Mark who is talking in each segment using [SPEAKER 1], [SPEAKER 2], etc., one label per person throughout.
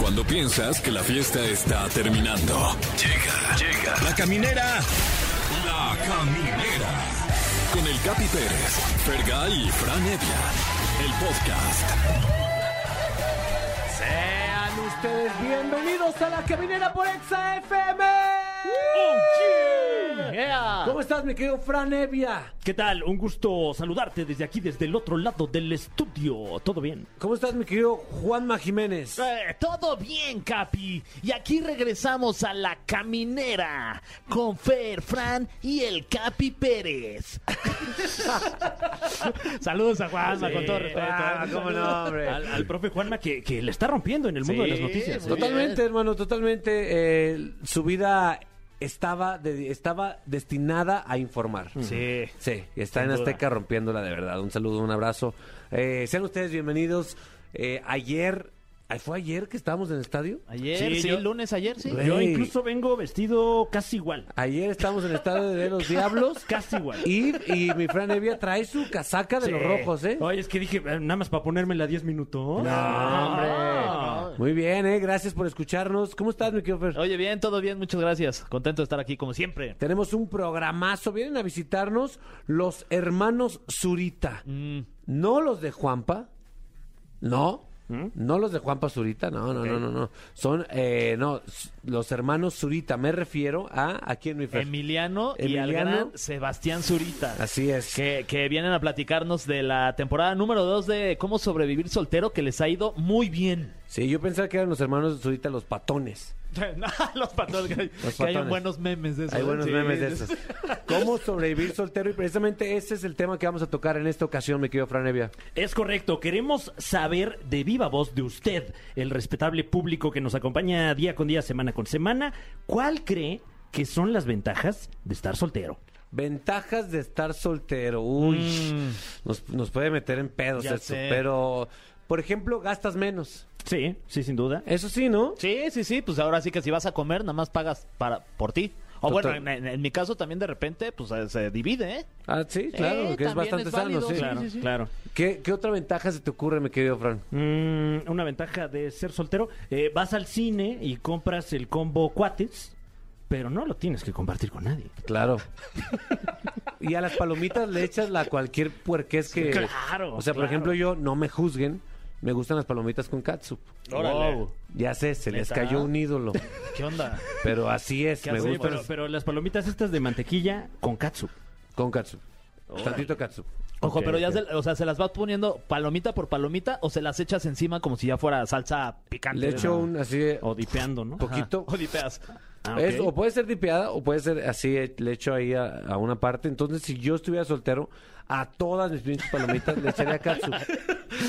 [SPEAKER 1] Cuando piensas que la fiesta está terminando. Llega, llega. La caminera. La caminera. Con el Capi Pérez, Fergal y Fran Evia. El podcast.
[SPEAKER 2] Sean ustedes bienvenidos a la caminera por Exa FM.
[SPEAKER 3] ¡Uh!
[SPEAKER 2] ¿Cómo estás, mi querido Fran Evia?
[SPEAKER 3] ¿Qué tal? Un gusto saludarte desde aquí, desde el otro lado del estudio. ¿Todo bien?
[SPEAKER 2] ¿Cómo estás, mi querido Juanma Jiménez?
[SPEAKER 3] Eh, todo bien, Capi. Y aquí regresamos a la caminera con Fer, Fran y el Capi Pérez. Saludos a Juanma, con todo respeto.
[SPEAKER 2] Ah, cómo no, hombre.
[SPEAKER 3] Al, al profe Juanma que, que le está rompiendo en el mundo de las noticias. ¿eh?
[SPEAKER 2] Totalmente, hermano, totalmente. eh, su vida estaba, de- estaba destinada a informar.
[SPEAKER 3] Sí.
[SPEAKER 2] Sí, y está
[SPEAKER 3] Sin
[SPEAKER 2] en
[SPEAKER 3] duda.
[SPEAKER 2] Azteca rompiéndola de verdad. Un saludo, un abrazo. Eh, sean ustedes bienvenidos. Eh, ayer, ¿fue ayer que estábamos en el estadio?
[SPEAKER 4] Ayer,
[SPEAKER 3] Sí,
[SPEAKER 4] sí,
[SPEAKER 3] yo-
[SPEAKER 4] lunes ayer, sí.
[SPEAKER 3] Yo
[SPEAKER 2] Güey.
[SPEAKER 3] incluso vengo vestido casi igual.
[SPEAKER 2] Ayer estábamos en el estadio de los Diablos.
[SPEAKER 3] Casi igual.
[SPEAKER 2] Y, y mi Fran Evia trae su casaca de los
[SPEAKER 3] Sí.
[SPEAKER 2] rojos, ¿eh?
[SPEAKER 3] Oye, es que dije, eh, nada más para ponérmela 10 minutos. Ah. No,
[SPEAKER 2] hombre. Muy bien, ¿eh? Gracias por escucharnos. ¿Cómo estás, mi querido Fer?
[SPEAKER 4] Oye, bien, todo bien, muchas gracias. Contento de estar aquí, como siempre.
[SPEAKER 2] Tenemos un programazo. Vienen a visitarnos los hermanos Zurita.
[SPEAKER 3] Mm.
[SPEAKER 4] Mm.
[SPEAKER 2] No los de Juanpa. No.
[SPEAKER 3] ¿Mm?
[SPEAKER 2] No los de Juanpa Zurita. No, no, no, no, no. Son, eh, no, s- los hermanos Zurita. Me refiero a, ¿a quién, mi Fer?
[SPEAKER 4] Emiliano, y al
[SPEAKER 2] Emiliano.
[SPEAKER 4] gran Sebastián Zurita.
[SPEAKER 2] Así es.
[SPEAKER 4] Que, que vienen a platicarnos de la temporada número 2 de cómo sobrevivir soltero, que les ha ido muy bien.
[SPEAKER 2] Sí, yo pensaba que eran los hermanos Zurita los patones.
[SPEAKER 4] Ah, Los patrones, que,
[SPEAKER 2] Los
[SPEAKER 4] que
[SPEAKER 2] patones.
[SPEAKER 4] hayan buenos memes de eso.
[SPEAKER 2] Hay buenos
[SPEAKER 4] Sí.
[SPEAKER 2] memes de esos. ¿Cómo sobrevivir soltero? Y precisamente ese es el tema que vamos a tocar en esta ocasión, mi querido Fran Evia.
[SPEAKER 3] Es correcto, queremos saber de viva voz de usted, el respetable público que nos acompaña día con día, semana con semana, ¿cuál cree que son las ventajas de estar soltero?
[SPEAKER 2] Ventajas de estar soltero. Uy, nos, nos puede meter en pedos
[SPEAKER 4] Ya
[SPEAKER 2] esto.
[SPEAKER 4] sé.
[SPEAKER 2] Pero, por ejemplo, gastas menos.
[SPEAKER 3] Sí, sí, sin duda.
[SPEAKER 2] Eso sí, ¿no?
[SPEAKER 4] Sí, sí, sí, pues ahora sí que si vas a comer, nada más pagas para por ti. O bueno,
[SPEAKER 2] Total.
[SPEAKER 4] en, en- en mi caso también de repente, pues eh, se divide, ¿eh?
[SPEAKER 2] Ah, sí, claro, que es
[SPEAKER 4] también
[SPEAKER 2] bastante
[SPEAKER 4] es
[SPEAKER 2] sano,
[SPEAKER 4] válido,
[SPEAKER 2] sí.
[SPEAKER 3] Claro,
[SPEAKER 4] sí, sí.
[SPEAKER 3] claro.
[SPEAKER 2] ¿Qué, qué otra ventaja se te ocurre, mi querido Fran?
[SPEAKER 3] Mm, una ventaja de ser soltero, eh, vas al cine y compras el combo cuates, pero no lo tienes que compartir con nadie.
[SPEAKER 2] Claro. y a las palomitas le echas la cualquier puerquez que.
[SPEAKER 3] Claro,
[SPEAKER 2] O sea, por
[SPEAKER 3] claro.
[SPEAKER 2] ejemplo, yo no me juzguen. Me gustan las palomitas con catsup.
[SPEAKER 4] Órale.
[SPEAKER 2] Ya sé, se les
[SPEAKER 4] ¿Neta?
[SPEAKER 2] cayó un ídolo.
[SPEAKER 4] ¿Qué onda?
[SPEAKER 2] Pero así es,
[SPEAKER 4] ¿Qué
[SPEAKER 2] me
[SPEAKER 4] hace?
[SPEAKER 2] gustan
[SPEAKER 3] pero,
[SPEAKER 2] las-
[SPEAKER 3] pero las palomitas estas de mantequilla con katsu.
[SPEAKER 2] con katsu. Tantito katsu.
[SPEAKER 4] Ojo,
[SPEAKER 3] Ok,
[SPEAKER 4] pero ya
[SPEAKER 3] ok.
[SPEAKER 4] se, o sea, se las vas poniendo palomita por palomita o se las echas encima como si ya fuera salsa picante.
[SPEAKER 2] Le echo un así de-
[SPEAKER 3] O dipeando, ¿no?
[SPEAKER 2] poquito.
[SPEAKER 4] O dipeas.
[SPEAKER 3] Oh, Ah, ok.
[SPEAKER 2] Es- o puede ser dipeada o puede ser así, eh, le echo ahí a, a una parte. Entonces, si yo estuviera soltero, a todas mis pinches palomitas le echaría katsu.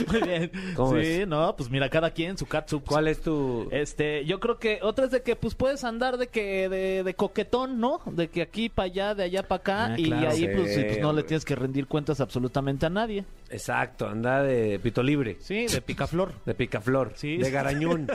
[SPEAKER 4] Muy bien.
[SPEAKER 2] ¿Cómo
[SPEAKER 4] sí,
[SPEAKER 2] ves?
[SPEAKER 4] no, pues mira, cada quien su katsu.
[SPEAKER 2] ¿Cuál es tu...?
[SPEAKER 4] Este, yo creo que otra es de que pues puedes andar de que de, de coquetón, ¿no? De que aquí para allá, de allá para acá
[SPEAKER 3] Ah,
[SPEAKER 4] y
[SPEAKER 3] claro.
[SPEAKER 4] ahí
[SPEAKER 2] Sí,
[SPEAKER 4] pues, sí, pues, no
[SPEAKER 2] hombre.
[SPEAKER 4] le tienes que rendir cuentas absolutamente a nadie.
[SPEAKER 2] Exacto, anda de pito libre,
[SPEAKER 4] Sí, de picaflor.
[SPEAKER 2] de picaflor,
[SPEAKER 4] Sí.
[SPEAKER 2] de garañón.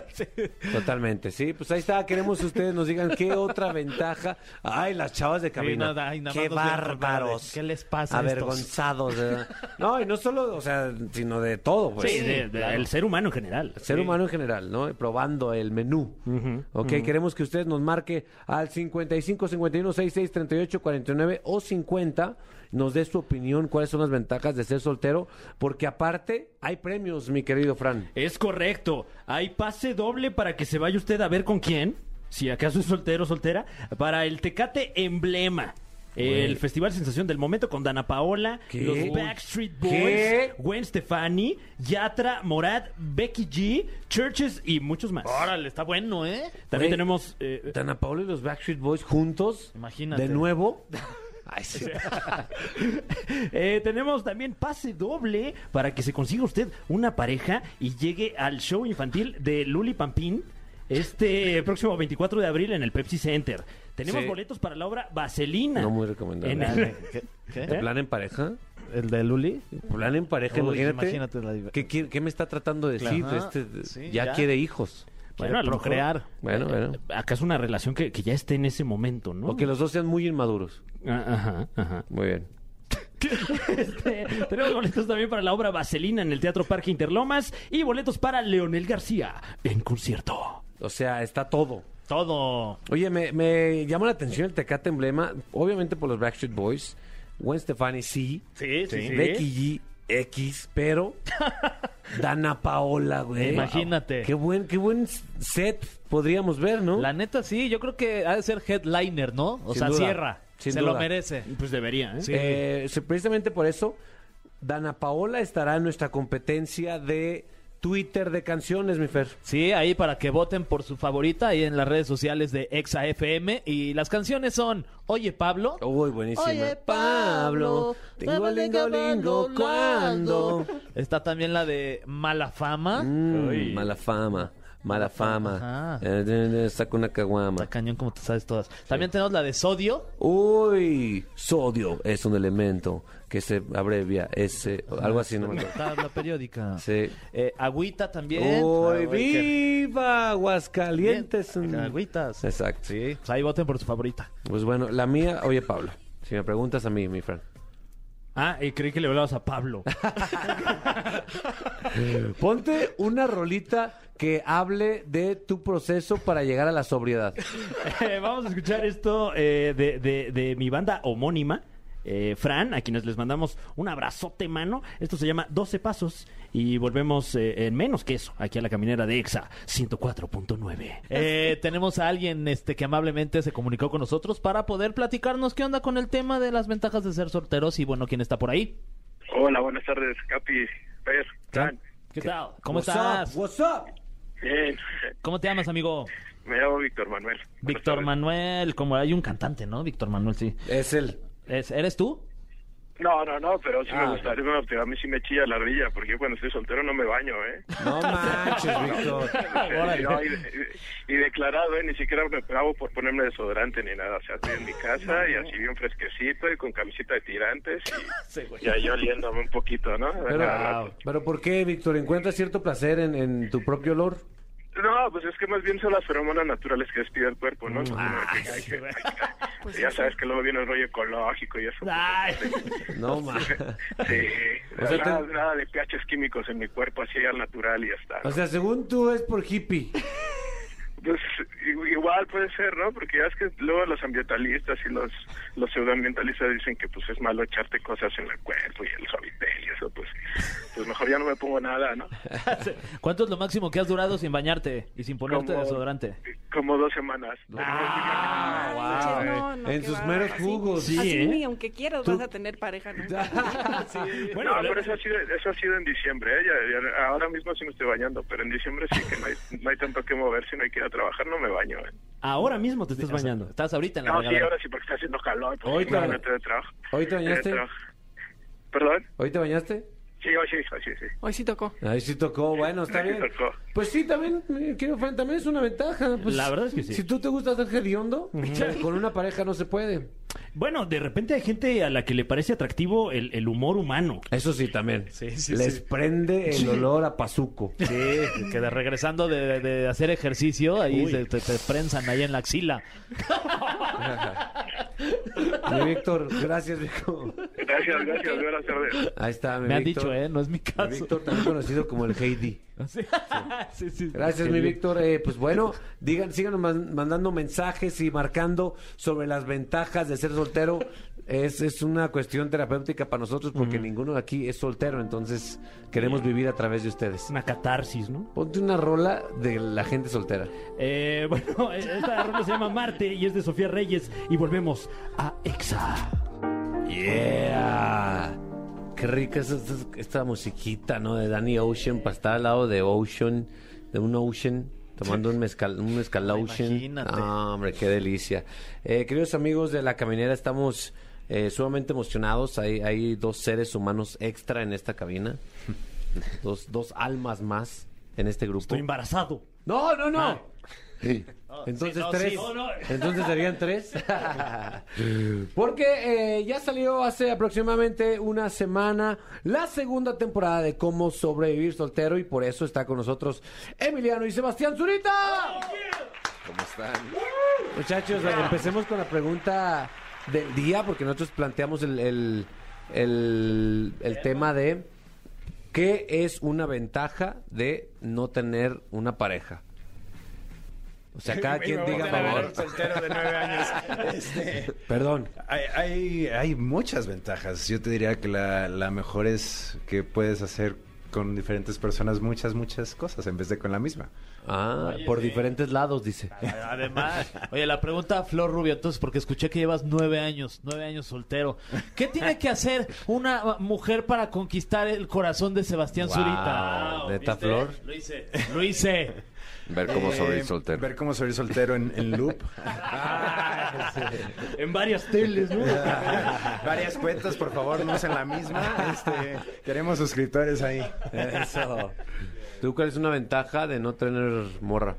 [SPEAKER 2] Totalmente, sí. Pues ahí está, queremos que ustedes nos digan qué otra ventaja. Ay, las chavas de camino.
[SPEAKER 4] nada, ay, nada
[SPEAKER 2] qué
[SPEAKER 4] más nos ven con cara de,
[SPEAKER 2] bárbaros.
[SPEAKER 4] ¿qué les pasa a estos?
[SPEAKER 2] Avergonzados. ¿verdad? No, y no solo, o sea, sino de todo, pues.
[SPEAKER 3] Sí, de- de- el ser humano en general.
[SPEAKER 2] Ser humano en general, ¿no? Probando el menú. ok, queremos que usted nos marque al 55 51 66 38 49 o 50. Nos dé su opinión, cuáles son las ventajas de ser soltero. Porque aparte, hay premios, mi querido Fran.
[SPEAKER 3] Es correcto. Hay pase doble para que se vaya usted a ver con quién, si acaso es soltero o soltera, para el Tecate Emblema. El Festival Sensación del Momento con Dana Paola,
[SPEAKER 2] ¿Qué?
[SPEAKER 3] los Backstreet Boys,
[SPEAKER 2] ¿Qué?
[SPEAKER 3] Gwen Stefani, Yatra, Morad, Becky G, Churches y muchos más.
[SPEAKER 4] Órale, está bueno, ¿eh?
[SPEAKER 2] Güey.
[SPEAKER 3] También tenemos... eh,
[SPEAKER 2] Dana Paola y los Backstreet Boys juntos.
[SPEAKER 4] Imagínate.
[SPEAKER 2] De nuevo. Ay, sí.
[SPEAKER 3] Eh, tenemos también pase doble para que se consiga usted una pareja y llegue al show infantil de Luli Pampín este próximo 24 de abril en el Pepsi Center. Tenemos
[SPEAKER 2] Sí.
[SPEAKER 3] boletos para la obra Vaselina.
[SPEAKER 2] No muy recomendable.
[SPEAKER 3] En el-
[SPEAKER 4] ¿Qué? ¿Qué?
[SPEAKER 3] ¿Eh?
[SPEAKER 2] ¿Plan en pareja?
[SPEAKER 4] ¿El de Luli?
[SPEAKER 2] ¿Plan en pareja?
[SPEAKER 4] Uy,
[SPEAKER 2] imagínate.
[SPEAKER 4] imagínate la diver-
[SPEAKER 2] ¿Qué, quiere- qué me está tratando de decir?
[SPEAKER 4] Ajá,
[SPEAKER 2] Este,
[SPEAKER 4] sí,
[SPEAKER 2] ya,
[SPEAKER 4] ya. Eh,
[SPEAKER 2] quiere hijos.
[SPEAKER 3] bueno, a lo mejor,
[SPEAKER 4] procrear.
[SPEAKER 2] Bueno, bueno.
[SPEAKER 3] Acá es una relación que, que ya esté en ese momento, ¿no?
[SPEAKER 2] O que los dos sean muy inmaduros.
[SPEAKER 3] Ah, Ajá, ajá.
[SPEAKER 2] Muy bien.
[SPEAKER 3] Este, tenemos boletos también para la obra Vaselina en el Teatro Parque Interlomas y boletos para Leonel García en concierto.
[SPEAKER 2] O sea, está todo.
[SPEAKER 3] Todo.
[SPEAKER 2] Oye, me, me llamó la atención el Tecate Emblema, obviamente por los Backstreet Boys, Gwen Stefani sí,
[SPEAKER 3] Sí, sí, sí.
[SPEAKER 2] Becky G X, pero Dana Paola, güey.
[SPEAKER 4] Imagínate.
[SPEAKER 2] Qué buen, qué buen set podríamos ver, ¿no?
[SPEAKER 4] La neta sí, yo creo que ha de ser headliner, ¿no? O
[SPEAKER 2] Sin
[SPEAKER 4] sea,
[SPEAKER 2] duda,
[SPEAKER 4] cierra.
[SPEAKER 2] sin
[SPEAKER 4] se
[SPEAKER 2] duda.
[SPEAKER 4] lo merece.
[SPEAKER 3] Pues debería, ¿eh?
[SPEAKER 4] Sí.
[SPEAKER 2] Eh, sí, precisamente por eso, Dana Paola estará en nuestra competencia de Twitter de canciones, mi Fer.
[SPEAKER 4] Sí, ahí para que voten por su favorita ahí en las redes sociales de Exa FM y las canciones son Oye Pablo,
[SPEAKER 2] Uy, buenísima.
[SPEAKER 4] Oye Pablo,
[SPEAKER 2] tengo
[SPEAKER 4] el
[SPEAKER 2] lingo lingo cuando.
[SPEAKER 4] Está también la de Mala Fama.
[SPEAKER 2] Mm,
[SPEAKER 3] Uy.
[SPEAKER 2] mala fama, mala fama.
[SPEAKER 4] Ajá.
[SPEAKER 2] Eh, eh, eh, saca una caguama.
[SPEAKER 4] Está cañón como te sabes todas. También tenemos la de Sodio.
[SPEAKER 2] Uy, sodio es un elemento que se abrevia ese, algo así, no me acuerdo.
[SPEAKER 4] Tabla periódica.
[SPEAKER 2] Sí.
[SPEAKER 4] Eh, agüita
[SPEAKER 2] Uy,
[SPEAKER 4] también. Ah, güey, qué-
[SPEAKER 2] viva Aguascalientes.
[SPEAKER 4] Bien, Agüitas.
[SPEAKER 2] Exacto.
[SPEAKER 4] Sí, pues ahí voten por su favorita.
[SPEAKER 2] Pues bueno, la mía, oye Pablo, si me preguntas a mí, mi Fran.
[SPEAKER 3] Ah, y creí que le hablabas a Pablo.
[SPEAKER 2] Ponte una rolita que hable de tu proceso para llegar a la sobriedad.
[SPEAKER 3] Eh, vamos a escuchar esto eh, de, de- de mi banda homónima, eh, Fran, a quienes les mandamos un abrazote, mano. Esto se llama 12 Pasos y volvemos eh, en menos que eso, aquí a la caminera de EXA 104.9.
[SPEAKER 4] Eh, tenemos a alguien este, que amablemente se comunicó con nosotros para poder platicarnos qué onda con el tema de las ventajas de ser solteros y bueno, quién está por ahí.
[SPEAKER 5] Hola, buenas tardes, Capi, Fer, Fran.
[SPEAKER 4] ¿Qué tal? ¿Cómo
[SPEAKER 2] What's
[SPEAKER 4] estás?
[SPEAKER 2] up? What's up?
[SPEAKER 5] Bien,
[SPEAKER 4] ¿Cómo te llamas, amigo?
[SPEAKER 5] me llamo Víctor Manuel. Buenas
[SPEAKER 4] Víctor
[SPEAKER 5] tardes.
[SPEAKER 4] Manuel, como hay un cantante, ¿no? Víctor Manuel, sí.
[SPEAKER 2] Es el
[SPEAKER 4] ¿Es- ¿Eres tú?
[SPEAKER 5] No, no, no, pero sí
[SPEAKER 2] Ah.
[SPEAKER 5] me gustaría, bueno, pero a mí sí me chilla la ardilla, porque cuando estoy soltero no me baño, ¿eh?
[SPEAKER 2] No manches, Víctor.
[SPEAKER 5] Sí, no, y, de- y declarado, ¿eh? Ni siquiera me bravo por ponerme desodorante ni nada. O sea, estoy en mi casa y así bien fresquecito y con camiseta de tirantes y, y ahí oliéndome un poquito, ¿no? Cada rato.
[SPEAKER 2] Pero, pero ¿por qué, Víctor? ¿Encuentras cierto placer en, en tu propio olor?
[SPEAKER 5] No, pues es que más bien son las feromonas naturales que despide el cuerpo, ¿no? Que- que- que- ya sabes que luego viene el rollo ecológico y eso.
[SPEAKER 3] Ay.
[SPEAKER 2] No manches.
[SPEAKER 5] Sí,
[SPEAKER 2] O sea,
[SPEAKER 5] nada,
[SPEAKER 2] te-
[SPEAKER 5] nada de pHs químicos en mi cuerpo, así al natural y ya está. ¿no?
[SPEAKER 2] O sea, según tú es por hippie.
[SPEAKER 5] Pues, i- igual puede ser, ¿no? Porque ya es que luego los ambientalistas y los, los pseudoambientalistas dicen que pues es malo echarte cosas en el cuerpo y el suavitel y eso, pues, pues mejor ya no me pongo nada, ¿no?
[SPEAKER 4] ¿Cuánto es lo máximo que has durado sin bañarte y sin ponerte
[SPEAKER 5] Como-
[SPEAKER 4] desodorante?
[SPEAKER 5] Como dos semanas.
[SPEAKER 2] Ah,
[SPEAKER 6] Ay,
[SPEAKER 2] wow.
[SPEAKER 6] no, no,
[SPEAKER 2] en
[SPEAKER 6] qué
[SPEAKER 2] sus
[SPEAKER 6] bárbaro.
[SPEAKER 2] meros
[SPEAKER 6] Así-
[SPEAKER 2] jugos.
[SPEAKER 3] Sí,
[SPEAKER 6] así
[SPEAKER 3] ¿eh?
[SPEAKER 6] ni aunque quieras vas a tener pareja, ¿no?
[SPEAKER 3] Bueno,
[SPEAKER 5] no,
[SPEAKER 3] le-
[SPEAKER 5] pero eso ha sido, eso ha sido en diciembre, ¿eh? Ya- ya- ahora mismo sí me estoy bañando, pero en diciembre sí que no hay, no hay tanto que mover, si no hay que ir a trabajar, no me baño, ¿eh?
[SPEAKER 3] ahora mismo te estás
[SPEAKER 4] O sea,
[SPEAKER 3] bañando.
[SPEAKER 4] Estás ahorita en la
[SPEAKER 5] No, sí,
[SPEAKER 4] regadera.
[SPEAKER 5] ahora sí, porque está haciendo calor. Pues,
[SPEAKER 2] Hoy te-
[SPEAKER 5] imagínate de trabajo.
[SPEAKER 2] ¿Hoy te
[SPEAKER 5] Eh, de
[SPEAKER 2] bañaste?
[SPEAKER 5] trabajo. ¿Perdón?
[SPEAKER 2] ¿Hoy te bañaste?
[SPEAKER 5] Sí, hoy sí, hoy sí, sí.
[SPEAKER 6] Hoy sí tocó.
[SPEAKER 2] Ahí sí tocó, bueno, está
[SPEAKER 5] Sí
[SPEAKER 2] bien.
[SPEAKER 5] tocó.
[SPEAKER 2] Pues sí, también, eh, querido Fran, también es una ventaja. pues,
[SPEAKER 3] La verdad es que sí.
[SPEAKER 2] Si tú te gusta ser hediondo, con una pareja no se puede.
[SPEAKER 3] Bueno, de repente hay gente a la que le parece atractivo el, el humor humano.
[SPEAKER 2] Eso sí, también. Les prende el olor a pazuco.
[SPEAKER 4] Sí, que de regresando de, de hacer ejercicio, ahí
[SPEAKER 3] Uy.
[SPEAKER 4] se- te, te prensan ahí en la axila.
[SPEAKER 2] Mi Víctor, gracias, Víctor.
[SPEAKER 5] Gracias, gracias, buenas tardes.
[SPEAKER 2] Ahí está, mi
[SPEAKER 4] Me han
[SPEAKER 2] Víctor.
[SPEAKER 4] dicho, ¿eh? No es mi caso.
[SPEAKER 2] Víctor, también conocido como el Heidi.
[SPEAKER 4] Sí, sí.
[SPEAKER 2] Gracias, mi Víctor. Eh, pues bueno, digan, síganos man- mandando mensajes y marcando sobre las ventajas de ser soltero. Es, es una cuestión terapéutica para nosotros porque ninguno de aquí es soltero, entonces queremos vivir a través de
[SPEAKER 3] Es
[SPEAKER 2] ustedes.
[SPEAKER 3] una catarsis, ¿no?
[SPEAKER 2] Ponte una rola de la gente soltera.
[SPEAKER 3] Eh, bueno, esta rola se llama Marte y es de Sofía Reyes y volvemos a EXA.
[SPEAKER 4] Ah.
[SPEAKER 2] ¡Yeah! Qué rica es esta, esta musiquita, ¿no? De Danny Ocean, para estar al lado de Ocean, de un Ocean, tomando un mezcal, un mezcal Ocean.
[SPEAKER 4] Imagínate.
[SPEAKER 2] Ah, hombre, qué delicia. Eh, queridos amigos de La Caminera, estamos eh, sumamente emocionados. Hay, hay dos seres humanos extra en esta cabina. Dos, dos almas más en este grupo.
[SPEAKER 3] Estoy embarazado.
[SPEAKER 2] No, no, no. Entonces
[SPEAKER 4] Sí, Ah. no,
[SPEAKER 2] tres.
[SPEAKER 4] sí. No, no.
[SPEAKER 2] Entonces serían tres. Porque eh, ya salió hace aproximadamente una semana la segunda temporada de cómo sobrevivir soltero y por eso está con nosotros Emiliano y Sebastián Zurita.
[SPEAKER 1] ¿Cómo están?
[SPEAKER 2] Muchachos, empecemos con la pregunta del día, porque nosotros planteamos el, el- el- el tema de ¿qué es una ventaja de no tener una pareja? O sea, cada quien diga a
[SPEAKER 7] Vamos a ver al
[SPEAKER 2] favor.
[SPEAKER 7] soltero de nueve años. Este,
[SPEAKER 2] Perdón.
[SPEAKER 7] hay, hay, hay muchas ventajas. Yo te diría que la, la mejor es que puedes hacer con diferentes personas muchas, muchas cosas en vez de con la misma.
[SPEAKER 2] Ah, por diferentes lados, dice.
[SPEAKER 4] Además, oye, la pregunta a Flor Rubio, entonces, porque escuché que llevas nueve años, nueve años soltero. ¿Qué tiene que hacer una mujer para conquistar el corazón de Sebastián
[SPEAKER 2] Wow,
[SPEAKER 4] Zurita?
[SPEAKER 2] ¿neta, Flor?
[SPEAKER 4] Lo hice, lo hice.
[SPEAKER 8] Ver cómo
[SPEAKER 7] Eh,
[SPEAKER 8] soy soltero.
[SPEAKER 7] Ver cómo soy soltero en, en loop.
[SPEAKER 3] Ah, En varias teles, ¿no?
[SPEAKER 7] Varias cuentas, por favor, no usen la misma. Este, queremos suscriptores ahí.
[SPEAKER 2] Eso. ¿Tú cuál es una ventaja de no tener morra?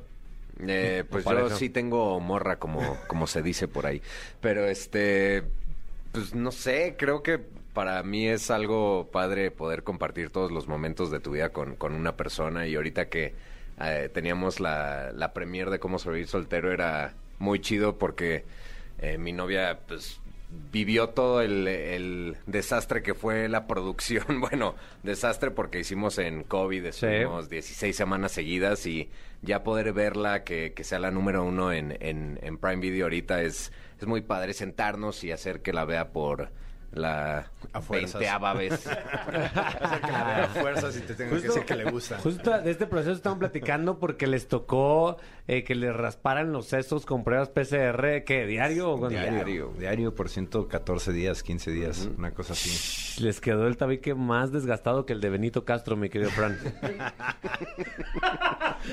[SPEAKER 8] Eh, pues
[SPEAKER 2] O
[SPEAKER 8] yo
[SPEAKER 2] pareja.
[SPEAKER 8] sí tengo morra, como, como se dice por ahí. Pero este, pues no sé, creo que para mí es algo padre poder compartir todos los momentos de tu vida con, con una persona. Y ahorita que eh, teníamos la, la premier de cómo sobrevivir soltero, era muy chido porque eh, mi novia, pues vivió todo el, el desastre que fue la producción. Bueno, desastre porque hicimos en COVID, estuvimos 16 semanas seguidas y ya poder verla que, que sea la número uno en, en, en Prime Video ahorita es, es muy padre sentarnos y hacer que la vea por la
[SPEAKER 7] A fuerzas.
[SPEAKER 8] veinteava vez.
[SPEAKER 7] Porque la veo a fuerzas y te tengo que decir que le gusta.
[SPEAKER 2] Justo de este proceso estamos platicando porque les tocó eh, que les rasparan los sesos con pruebas PCR, ¿qué? ¿Diario o cuándo?
[SPEAKER 7] Diario, diario por 114 días, 15 días, una cosa así.
[SPEAKER 2] Les quedó el tabique más desgastado que el de Benito Castro, mi querido Fran.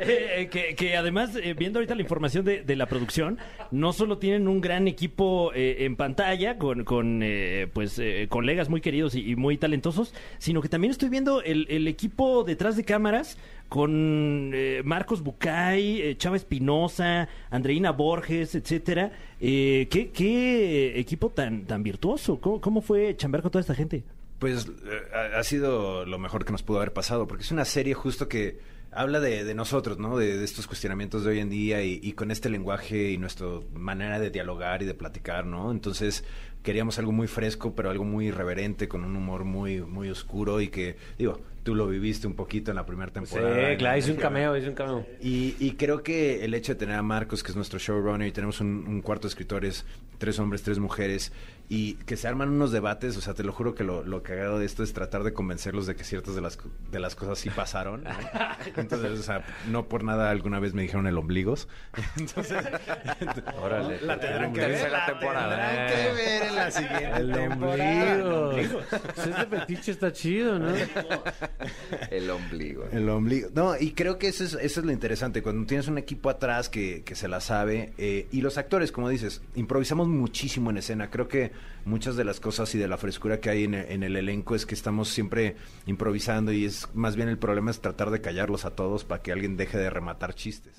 [SPEAKER 3] Eh, eh, que, que además, eh, viendo ahorita la información de, de la producción, no solo tienen un gran equipo eh, en pantalla con, con eh, pues eh, colegas muy queridos y, y muy talentosos, sino que también estoy viendo el, el equipo detrás de cámaras con eh, Marcos Bucay, eh, Chava Espinosa, Andreina Borges, etcétera. Eh, ¿qué, qué equipo tan, tan virtuoso? ¿Cómo, cómo fue chambear con toda esta gente?
[SPEAKER 7] Pues eh, ha ha sido lo mejor que nos pudo haber pasado, porque es una serie justo que habla de, de nosotros, ¿no? De, de estos cuestionamientos de hoy en día y, y con este lenguaje y nuestra manera de dialogar y de platicar, ¿no? Entonces queríamos algo muy fresco, pero algo muy irreverente, con un humor muy, muy oscuro y que, digo, tú lo viviste un poquito en la primera
[SPEAKER 2] Sí,
[SPEAKER 7] temporada.
[SPEAKER 2] claro, hice un cameo, hice un cameo.
[SPEAKER 7] Y, y creo que el hecho de tener a Marcos, que es nuestro showrunner, y tenemos un, un cuarto de escritores, tres hombres, tres mujeres, y que se arman unos debates, o sea, te lo juro que lo, lo cagado de esto es tratar de convencerlos de que ciertas de las, co- de las cosas sí pasaron. ¿no? Entonces, o sea, no por nada alguna vez me dijeron el ombligos. Entonces,
[SPEAKER 2] Órale.
[SPEAKER 7] la tendrán que ver.
[SPEAKER 8] Tercera
[SPEAKER 7] la tendrán
[SPEAKER 8] temporada.
[SPEAKER 7] que ver en la siguiente
[SPEAKER 2] El
[SPEAKER 7] temporada.
[SPEAKER 2] ombligo. Pues Ese fetiche está chido, ¿no?
[SPEAKER 8] El ombligo.
[SPEAKER 7] El ombligo. No, y creo que eso es, eso es lo interesante. Cuando tienes un equipo atrás que, que se la sabe, eh, y los actores, como dices, improvisamos muchísimo en escena. Creo que muchas de las cosas y de la frescura que hay en, el- en el elenco es que estamos siempre improvisando y es más bien el problema es tratar de callarlos a todos para que alguien deje de rematar chistes.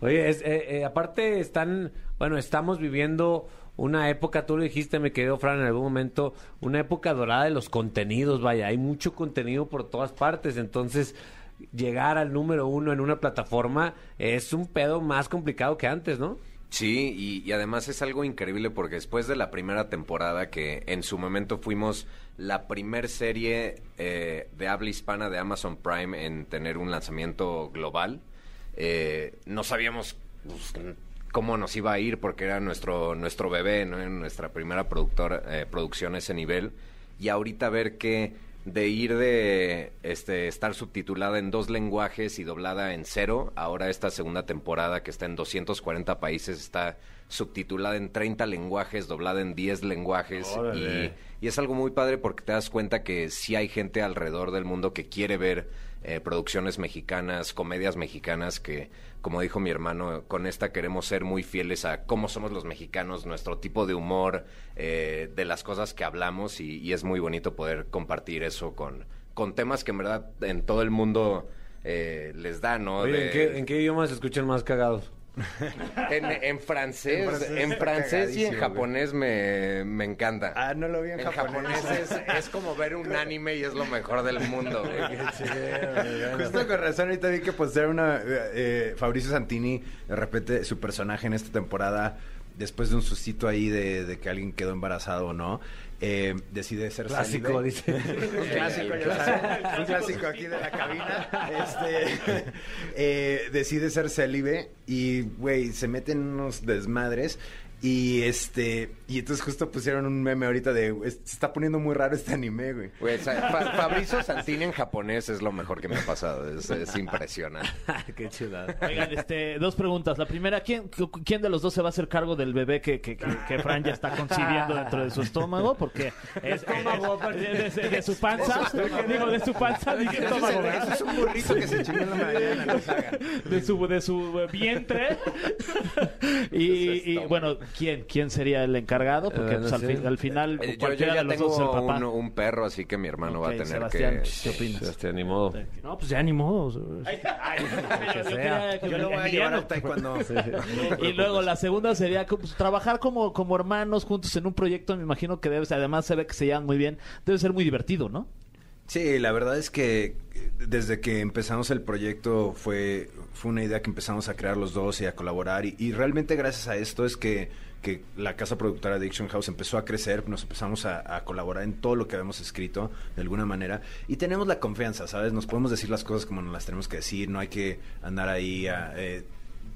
[SPEAKER 2] Oye, es, eh, eh, aparte están, bueno, estamos viviendo una época, tú lo dijiste, me querido Fran, en algún momento, una época dorada de los contenidos, vaya, hay mucho contenido por todas partes, entonces llegar al número uno en una plataforma es un pedo más complicado que antes, ¿no?
[SPEAKER 8] Sí, y, y además es algo increíble porque después de la primera temporada, que en su momento fuimos la primer serie eh, de habla hispana de Amazon Prime en tener un lanzamiento global, eh, no sabíamos pues, cómo nos iba a ir porque era nuestro, nuestro bebé, ¿no? En nuestra primera productora, eh, producción a ese nivel. Y ahorita ver que de ir de este, estar subtitulada en dos lenguajes y doblada en cero, ahora esta segunda temporada que está en 240 países está subtitulada en 30 lenguajes, doblada en 10 lenguajes y, y es algo muy padre porque te das cuenta que sí hay gente alrededor del mundo que quiere ver eh, producciones mexicanas, comedias mexicanas que, como dijo mi hermano, con esta queremos ser muy fieles a cómo somos los mexicanos, nuestro tipo de humor, eh, de las cosas que hablamos y, y es muy bonito poder compartir eso con, con temas que en verdad en todo el mundo eh, les da, ¿no?
[SPEAKER 2] Oye, ¿en
[SPEAKER 8] De-
[SPEAKER 2] qué, en qué idioma se escuchan más cagados?
[SPEAKER 8] en- en francés,
[SPEAKER 7] En francés
[SPEAKER 8] en francés,
[SPEAKER 7] está
[SPEAKER 8] y
[SPEAKER 7] cagadísimo, güey.
[SPEAKER 8] en
[SPEAKER 7] Ah,
[SPEAKER 8] japonés me, me encanta.
[SPEAKER 7] no lo vi
[SPEAKER 8] En japonés es, es como ver un anime y es lo mejor del mundo. güey.
[SPEAKER 7] Justo con razón, ahorita vi que postearon una. eh, eh, Fabricio Santini, de repente, su personaje en esta temporada después de un sustito ahí de, de que alguien quedó embarazado o no, eh, decide ser
[SPEAKER 2] Clásico,
[SPEAKER 7] célibe.
[SPEAKER 2] dice.
[SPEAKER 7] un clásico, ya sabes, un clásico aquí de la cabina. Este, eh, decide ser célibe y, güey, se meten unos desmadres. Y este, y entonces justo pusieron un meme ahorita de, "Es- se está poniendo muy raro este anime, güey.
[SPEAKER 8] Güey, Sa- Fa- Fabrizio Santini en japonés es lo mejor que me ha pasado. Es, es impresionante.
[SPEAKER 2] Qué chulada.
[SPEAKER 4] Oigan, este, dos preguntas. La primera, ¿quién, cu- ¿quién de los dos se va a hacer cargo del bebé que, que, que, que Fran ya está concibiendo dentro de su estómago? Porque es,
[SPEAKER 2] Estómago,
[SPEAKER 4] es- de, de- de- de su panza, digo, de su panza, dije
[SPEAKER 7] Eso
[SPEAKER 4] estómago,
[SPEAKER 7] es,
[SPEAKER 4] ¿verdad?
[SPEAKER 7] eso es un burrito que se chingó en la mañana, no se hagan.
[SPEAKER 4] De su, de su eh, vientre. y, y, bueno, ¿quién, ¿quién sería el encargado? Porque
[SPEAKER 2] Eh, no
[SPEAKER 4] pues, al,
[SPEAKER 2] sé.
[SPEAKER 4] fin- al final
[SPEAKER 8] Eh, Yo, yo
[SPEAKER 4] cualquiera
[SPEAKER 8] ya
[SPEAKER 4] de los dos es el
[SPEAKER 8] tengo
[SPEAKER 4] papá.
[SPEAKER 8] un, un perro, así que mi hermano
[SPEAKER 4] Ok,
[SPEAKER 8] va a tener
[SPEAKER 4] Sebastián,
[SPEAKER 8] que...
[SPEAKER 4] ¿qué opinas?
[SPEAKER 2] Este, ni modo.
[SPEAKER 3] No, pues ya ni modo.
[SPEAKER 4] Yo- yo
[SPEAKER 2] sea.
[SPEAKER 4] quería que
[SPEAKER 7] Yo lo voy a
[SPEAKER 4] Emiliano.
[SPEAKER 7] llevar al taekwondo.
[SPEAKER 4] Y luego la segunda sería como, pues, trabajar como, como hermanos juntos en un proyecto. Me imagino que debe ser, además se ve que se llevan muy bien. Debe ser muy divertido, ¿no?
[SPEAKER 7] Sí, la verdad es que eh, desde que empezamos el proyecto fue, fue una idea que empezamos a crear los dos y a colaborar y, y realmente gracias a esto es que, que la casa productora Addiction House empezó a crecer, nos empezamos a, a colaborar en todo lo que habíamos escrito de alguna manera y tenemos la confianza, ¿sabes? Nos podemos decir las cosas como nos las tenemos que decir, no hay que andar ahí a... eh,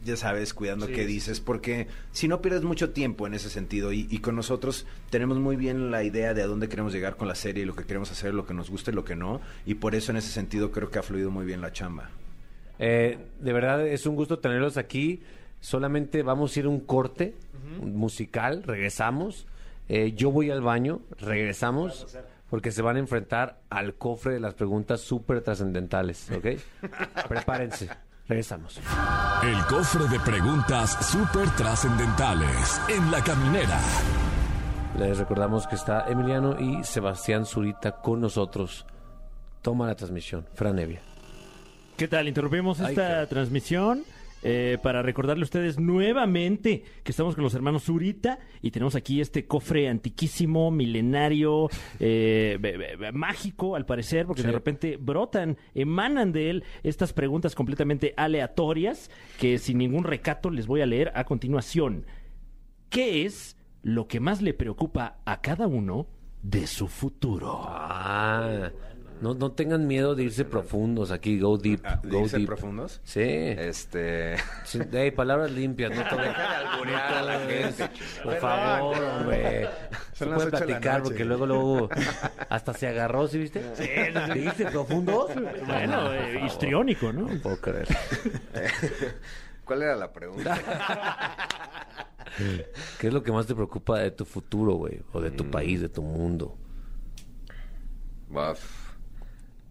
[SPEAKER 7] ya sabes, cuidando qué dices, porque si no pierdes mucho tiempo en ese sentido y, y con nosotros tenemos muy bien la idea de a dónde queremos llegar con la serie, lo que queremos hacer, lo que nos gusta y lo que no, y por eso en ese sentido creo que ha fluido muy bien la chamba.
[SPEAKER 2] Eh, de verdad es un gusto tenerlos aquí. Solamente vamos a ir a un corte musical, regresamos. Eh, yo voy al baño, regresamos, porque se van a enfrentar al cofre de las preguntas súper trascendentales, ¿ok? Prepárense, regresamos.
[SPEAKER 1] El cofre de preguntas súper trascendentales en la caminera.
[SPEAKER 2] Les recordamos que está Emiliano y Sebastián Zurita con nosotros. Toma la transmisión, Fran Evia.
[SPEAKER 3] ¿Qué tal? Interrumpimos
[SPEAKER 2] Ay,
[SPEAKER 3] esta transmisión eh, para recordarle a ustedes nuevamente que estamos con los hermanos Zurita y tenemos aquí este cofre antiquísimo, milenario, eh, be- be- be- mágico al parecer, porque de repente brotan, emanan de él estas preguntas completamente aleatorias que sin ningún recato les voy a leer a continuación. ¿Qué es lo que más le preocupa a cada uno de su futuro?
[SPEAKER 2] Ah, no, no tengan miedo de irse profundos aquí, go deep,
[SPEAKER 7] Ah, ¿de
[SPEAKER 2] go
[SPEAKER 7] irse
[SPEAKER 2] deep.
[SPEAKER 7] profundos?
[SPEAKER 2] Sí.
[SPEAKER 8] Este...
[SPEAKER 2] Sí, ey, palabras limpias, no todo.
[SPEAKER 8] Deja de alburear a la
[SPEAKER 2] no todo es-
[SPEAKER 8] gente,
[SPEAKER 2] Por
[SPEAKER 8] perdón,
[SPEAKER 2] favor,
[SPEAKER 8] perdón.
[SPEAKER 2] hombre. Se
[SPEAKER 7] Son
[SPEAKER 2] puede
[SPEAKER 7] las ocho de la
[SPEAKER 2] platicar
[SPEAKER 7] noche.
[SPEAKER 2] porque luego, luego, hasta se agarró, ¿sí viste? Sí. ¿Viste profundo?
[SPEAKER 3] Bueno, eh, histriónico, ¿no?
[SPEAKER 2] No puedo creer.
[SPEAKER 8] ¿Cuál era la pregunta?
[SPEAKER 2] ¿Qué es lo que más te preocupa de tu futuro, güey? O de tu
[SPEAKER 7] Mm.
[SPEAKER 2] país, de tu mundo.
[SPEAKER 8] Waf.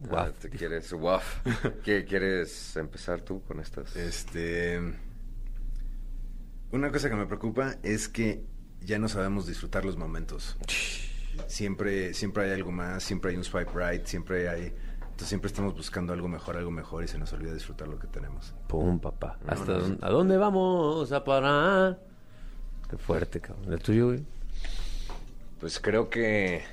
[SPEAKER 2] Waf.
[SPEAKER 8] Ah, ¿Te quieres? Waf. ¿Qué quieres empezar tú con estas?
[SPEAKER 7] Este... Una cosa que me preocupa es que ya no sabemos disfrutar los momentos. Siempre, siempre hay algo más, siempre hay un swipe right, siempre hay... Entonces siempre estamos buscando algo mejor, algo mejor y se nos olvida disfrutar lo que tenemos.
[SPEAKER 2] Pum, papá. ¿Hasta dónde- ¿A dónde vamos a parar? Qué fuerte, cabrón. ¿El tuyo, güey?
[SPEAKER 8] Pues creo que.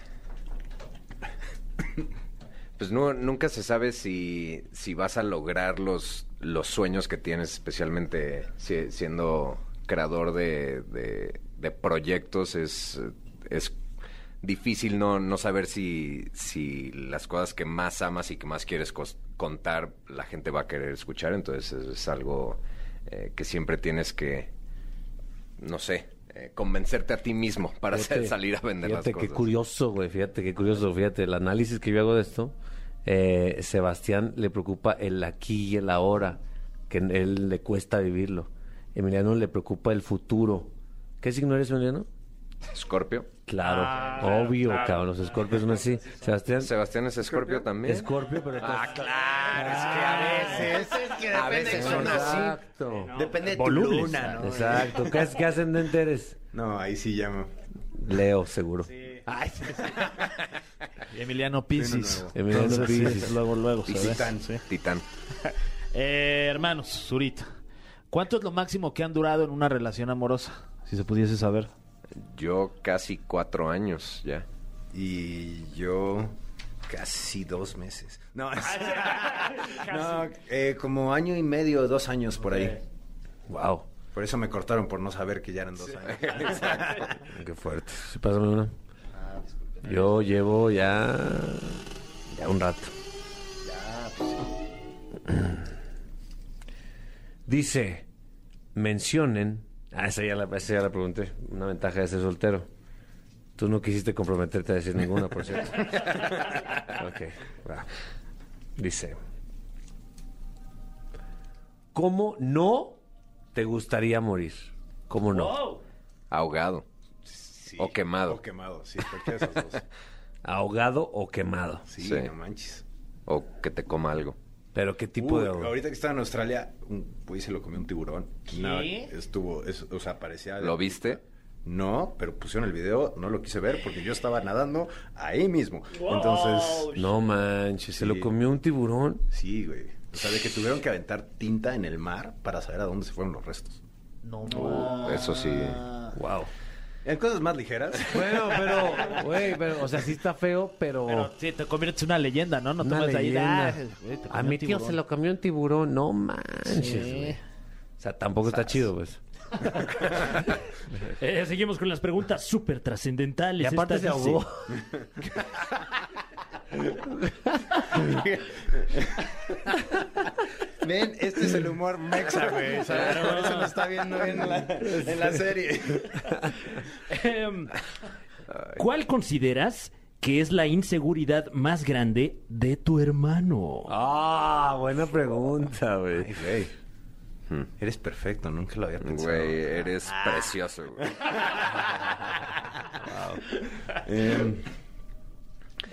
[SPEAKER 8] Pues no, nunca se sabe si, si vas a lograr los, los sueños que tienes, especialmente si- siendo creador de, de- de proyectos. Es, es difícil no, no saber si, si las cosas que más amas y que más quieres cos- contar la gente va a querer escuchar. Entonces es, es algo eh, que siempre tienes que, no sé, eh, convencerte a ti mismo para
[SPEAKER 2] Fíjate-
[SPEAKER 8] hacer- salir a vender las
[SPEAKER 2] fíjate
[SPEAKER 8] cosas.
[SPEAKER 2] qué curioso, güey. Fíjate qué curioso. Fíjate, el análisis que yo hago de esto, eh, Sebastián le preocupa el aquí y el ahora, que en él le cuesta vivirlo. Emiliano le preocupa el futuro. ¿Qué signo eres, Emiliano?
[SPEAKER 8] Escorpio.
[SPEAKER 2] Claro, obvio, cabrón. Los escorpios son así. Sebastián,
[SPEAKER 8] Sebastián es escorpio también.
[SPEAKER 2] escorpio, pero...
[SPEAKER 8] Ah, claro,
[SPEAKER 4] Ah.
[SPEAKER 8] es que a veces, a veces son así.
[SPEAKER 2] Exacto.
[SPEAKER 7] Depende de
[SPEAKER 3] Volubles.
[SPEAKER 2] Exacto. ¿Qué, as- qué ascendente eres?
[SPEAKER 7] No, ahí sí llamo.
[SPEAKER 2] Leo, seguro.
[SPEAKER 4] Emiliano Pisis.
[SPEAKER 2] Emiliano Piscis.
[SPEAKER 4] luego, luego, se ve.
[SPEAKER 7] Titán.
[SPEAKER 8] Titán.
[SPEAKER 4] Eh, hermanos, Zurita. ¿Cuánto es lo máximo que han durado en una relación amorosa? Si se pudiese saber.
[SPEAKER 8] Yo casi cuatro años ya.
[SPEAKER 7] Y yo casi dos meses. No, es-
[SPEAKER 2] Ah,
[SPEAKER 7] no, eh, como año y medio, dos años por ahí.
[SPEAKER 2] Wow.
[SPEAKER 7] Por eso me cortaron por no saber que ya eran dos años.
[SPEAKER 2] Ah, Qué fuerte. Sí, pásame una. Yo llevo ya. ya un rato. pues Dice: mencionen. Ah, esa ya, la, esa ya la pregunté. Una ventaja de ser soltero. Tú no quisiste comprometerte a decir ninguna, por cierto. ok, va. Dice: ¿Cómo no te gustaría morir? ¿Cómo no?
[SPEAKER 3] ¡Wow!
[SPEAKER 8] Ahogado. O quemado.
[SPEAKER 7] O quemado, sí, cualquiera de esas dos.
[SPEAKER 2] ¿Ahogado o quemado?
[SPEAKER 7] Sí,
[SPEAKER 8] Sí.
[SPEAKER 7] no manches.
[SPEAKER 8] O que te coma algo.
[SPEAKER 2] ¿Pero qué tipo
[SPEAKER 7] Uy,
[SPEAKER 2] de ahogo?
[SPEAKER 7] ahorita que estaba en Australia, un güey se lo comió un tiburón. No, estuvo, es- o sea, parecía...
[SPEAKER 8] ¿Lo viste?
[SPEAKER 7] No, pero pusieron el video, no lo quise ver porque yo estaba nadando ahí mismo.
[SPEAKER 3] ¡Wow!
[SPEAKER 7] Entonces,
[SPEAKER 2] No manches, se lo
[SPEAKER 7] Sí.
[SPEAKER 2] comió un tiburón.
[SPEAKER 7] sí, güey. O sea, de que tuvieron que aventar tinta en el mar para saber a dónde se fueron los restos.
[SPEAKER 4] No,
[SPEAKER 8] Uh, eso sí.
[SPEAKER 2] Ah. Wow.
[SPEAKER 7] En cosas más ligeras.
[SPEAKER 2] Bueno, pero, güey, pero, o sea, sí está feo, pero.
[SPEAKER 4] Pero sí, te conviertes en una leyenda, ¿no? No te
[SPEAKER 2] Oh. una
[SPEAKER 4] vas ahí.
[SPEAKER 2] leyenda.
[SPEAKER 4] "Ah, güey, te
[SPEAKER 2] a
[SPEAKER 4] comió
[SPEAKER 2] mi
[SPEAKER 4] un
[SPEAKER 2] tío
[SPEAKER 4] tiburón".
[SPEAKER 2] se lo comió un tiburón, no manches.
[SPEAKER 4] Sí.
[SPEAKER 2] güey. O sea, tampoco está chido, pues.
[SPEAKER 3] Eh, seguimos con las preguntas súper trascendentales.
[SPEAKER 2] Y aparte se
[SPEAKER 3] Esta dice-
[SPEAKER 2] ahogó.
[SPEAKER 7] Ven, este es el humor mexa, güey. ¿sabes? Por eso lo está viendo en la, en la serie.
[SPEAKER 3] Em, ¿Cuál consideras que es la inseguridad más grande de tu hermano?
[SPEAKER 2] Ah, buena pregunta, güey.
[SPEAKER 7] Ay, güey. Eres perfecto, nunca lo había pensado.
[SPEAKER 8] Güey, eres
[SPEAKER 2] Ah.
[SPEAKER 8] precioso, güey.
[SPEAKER 7] Em,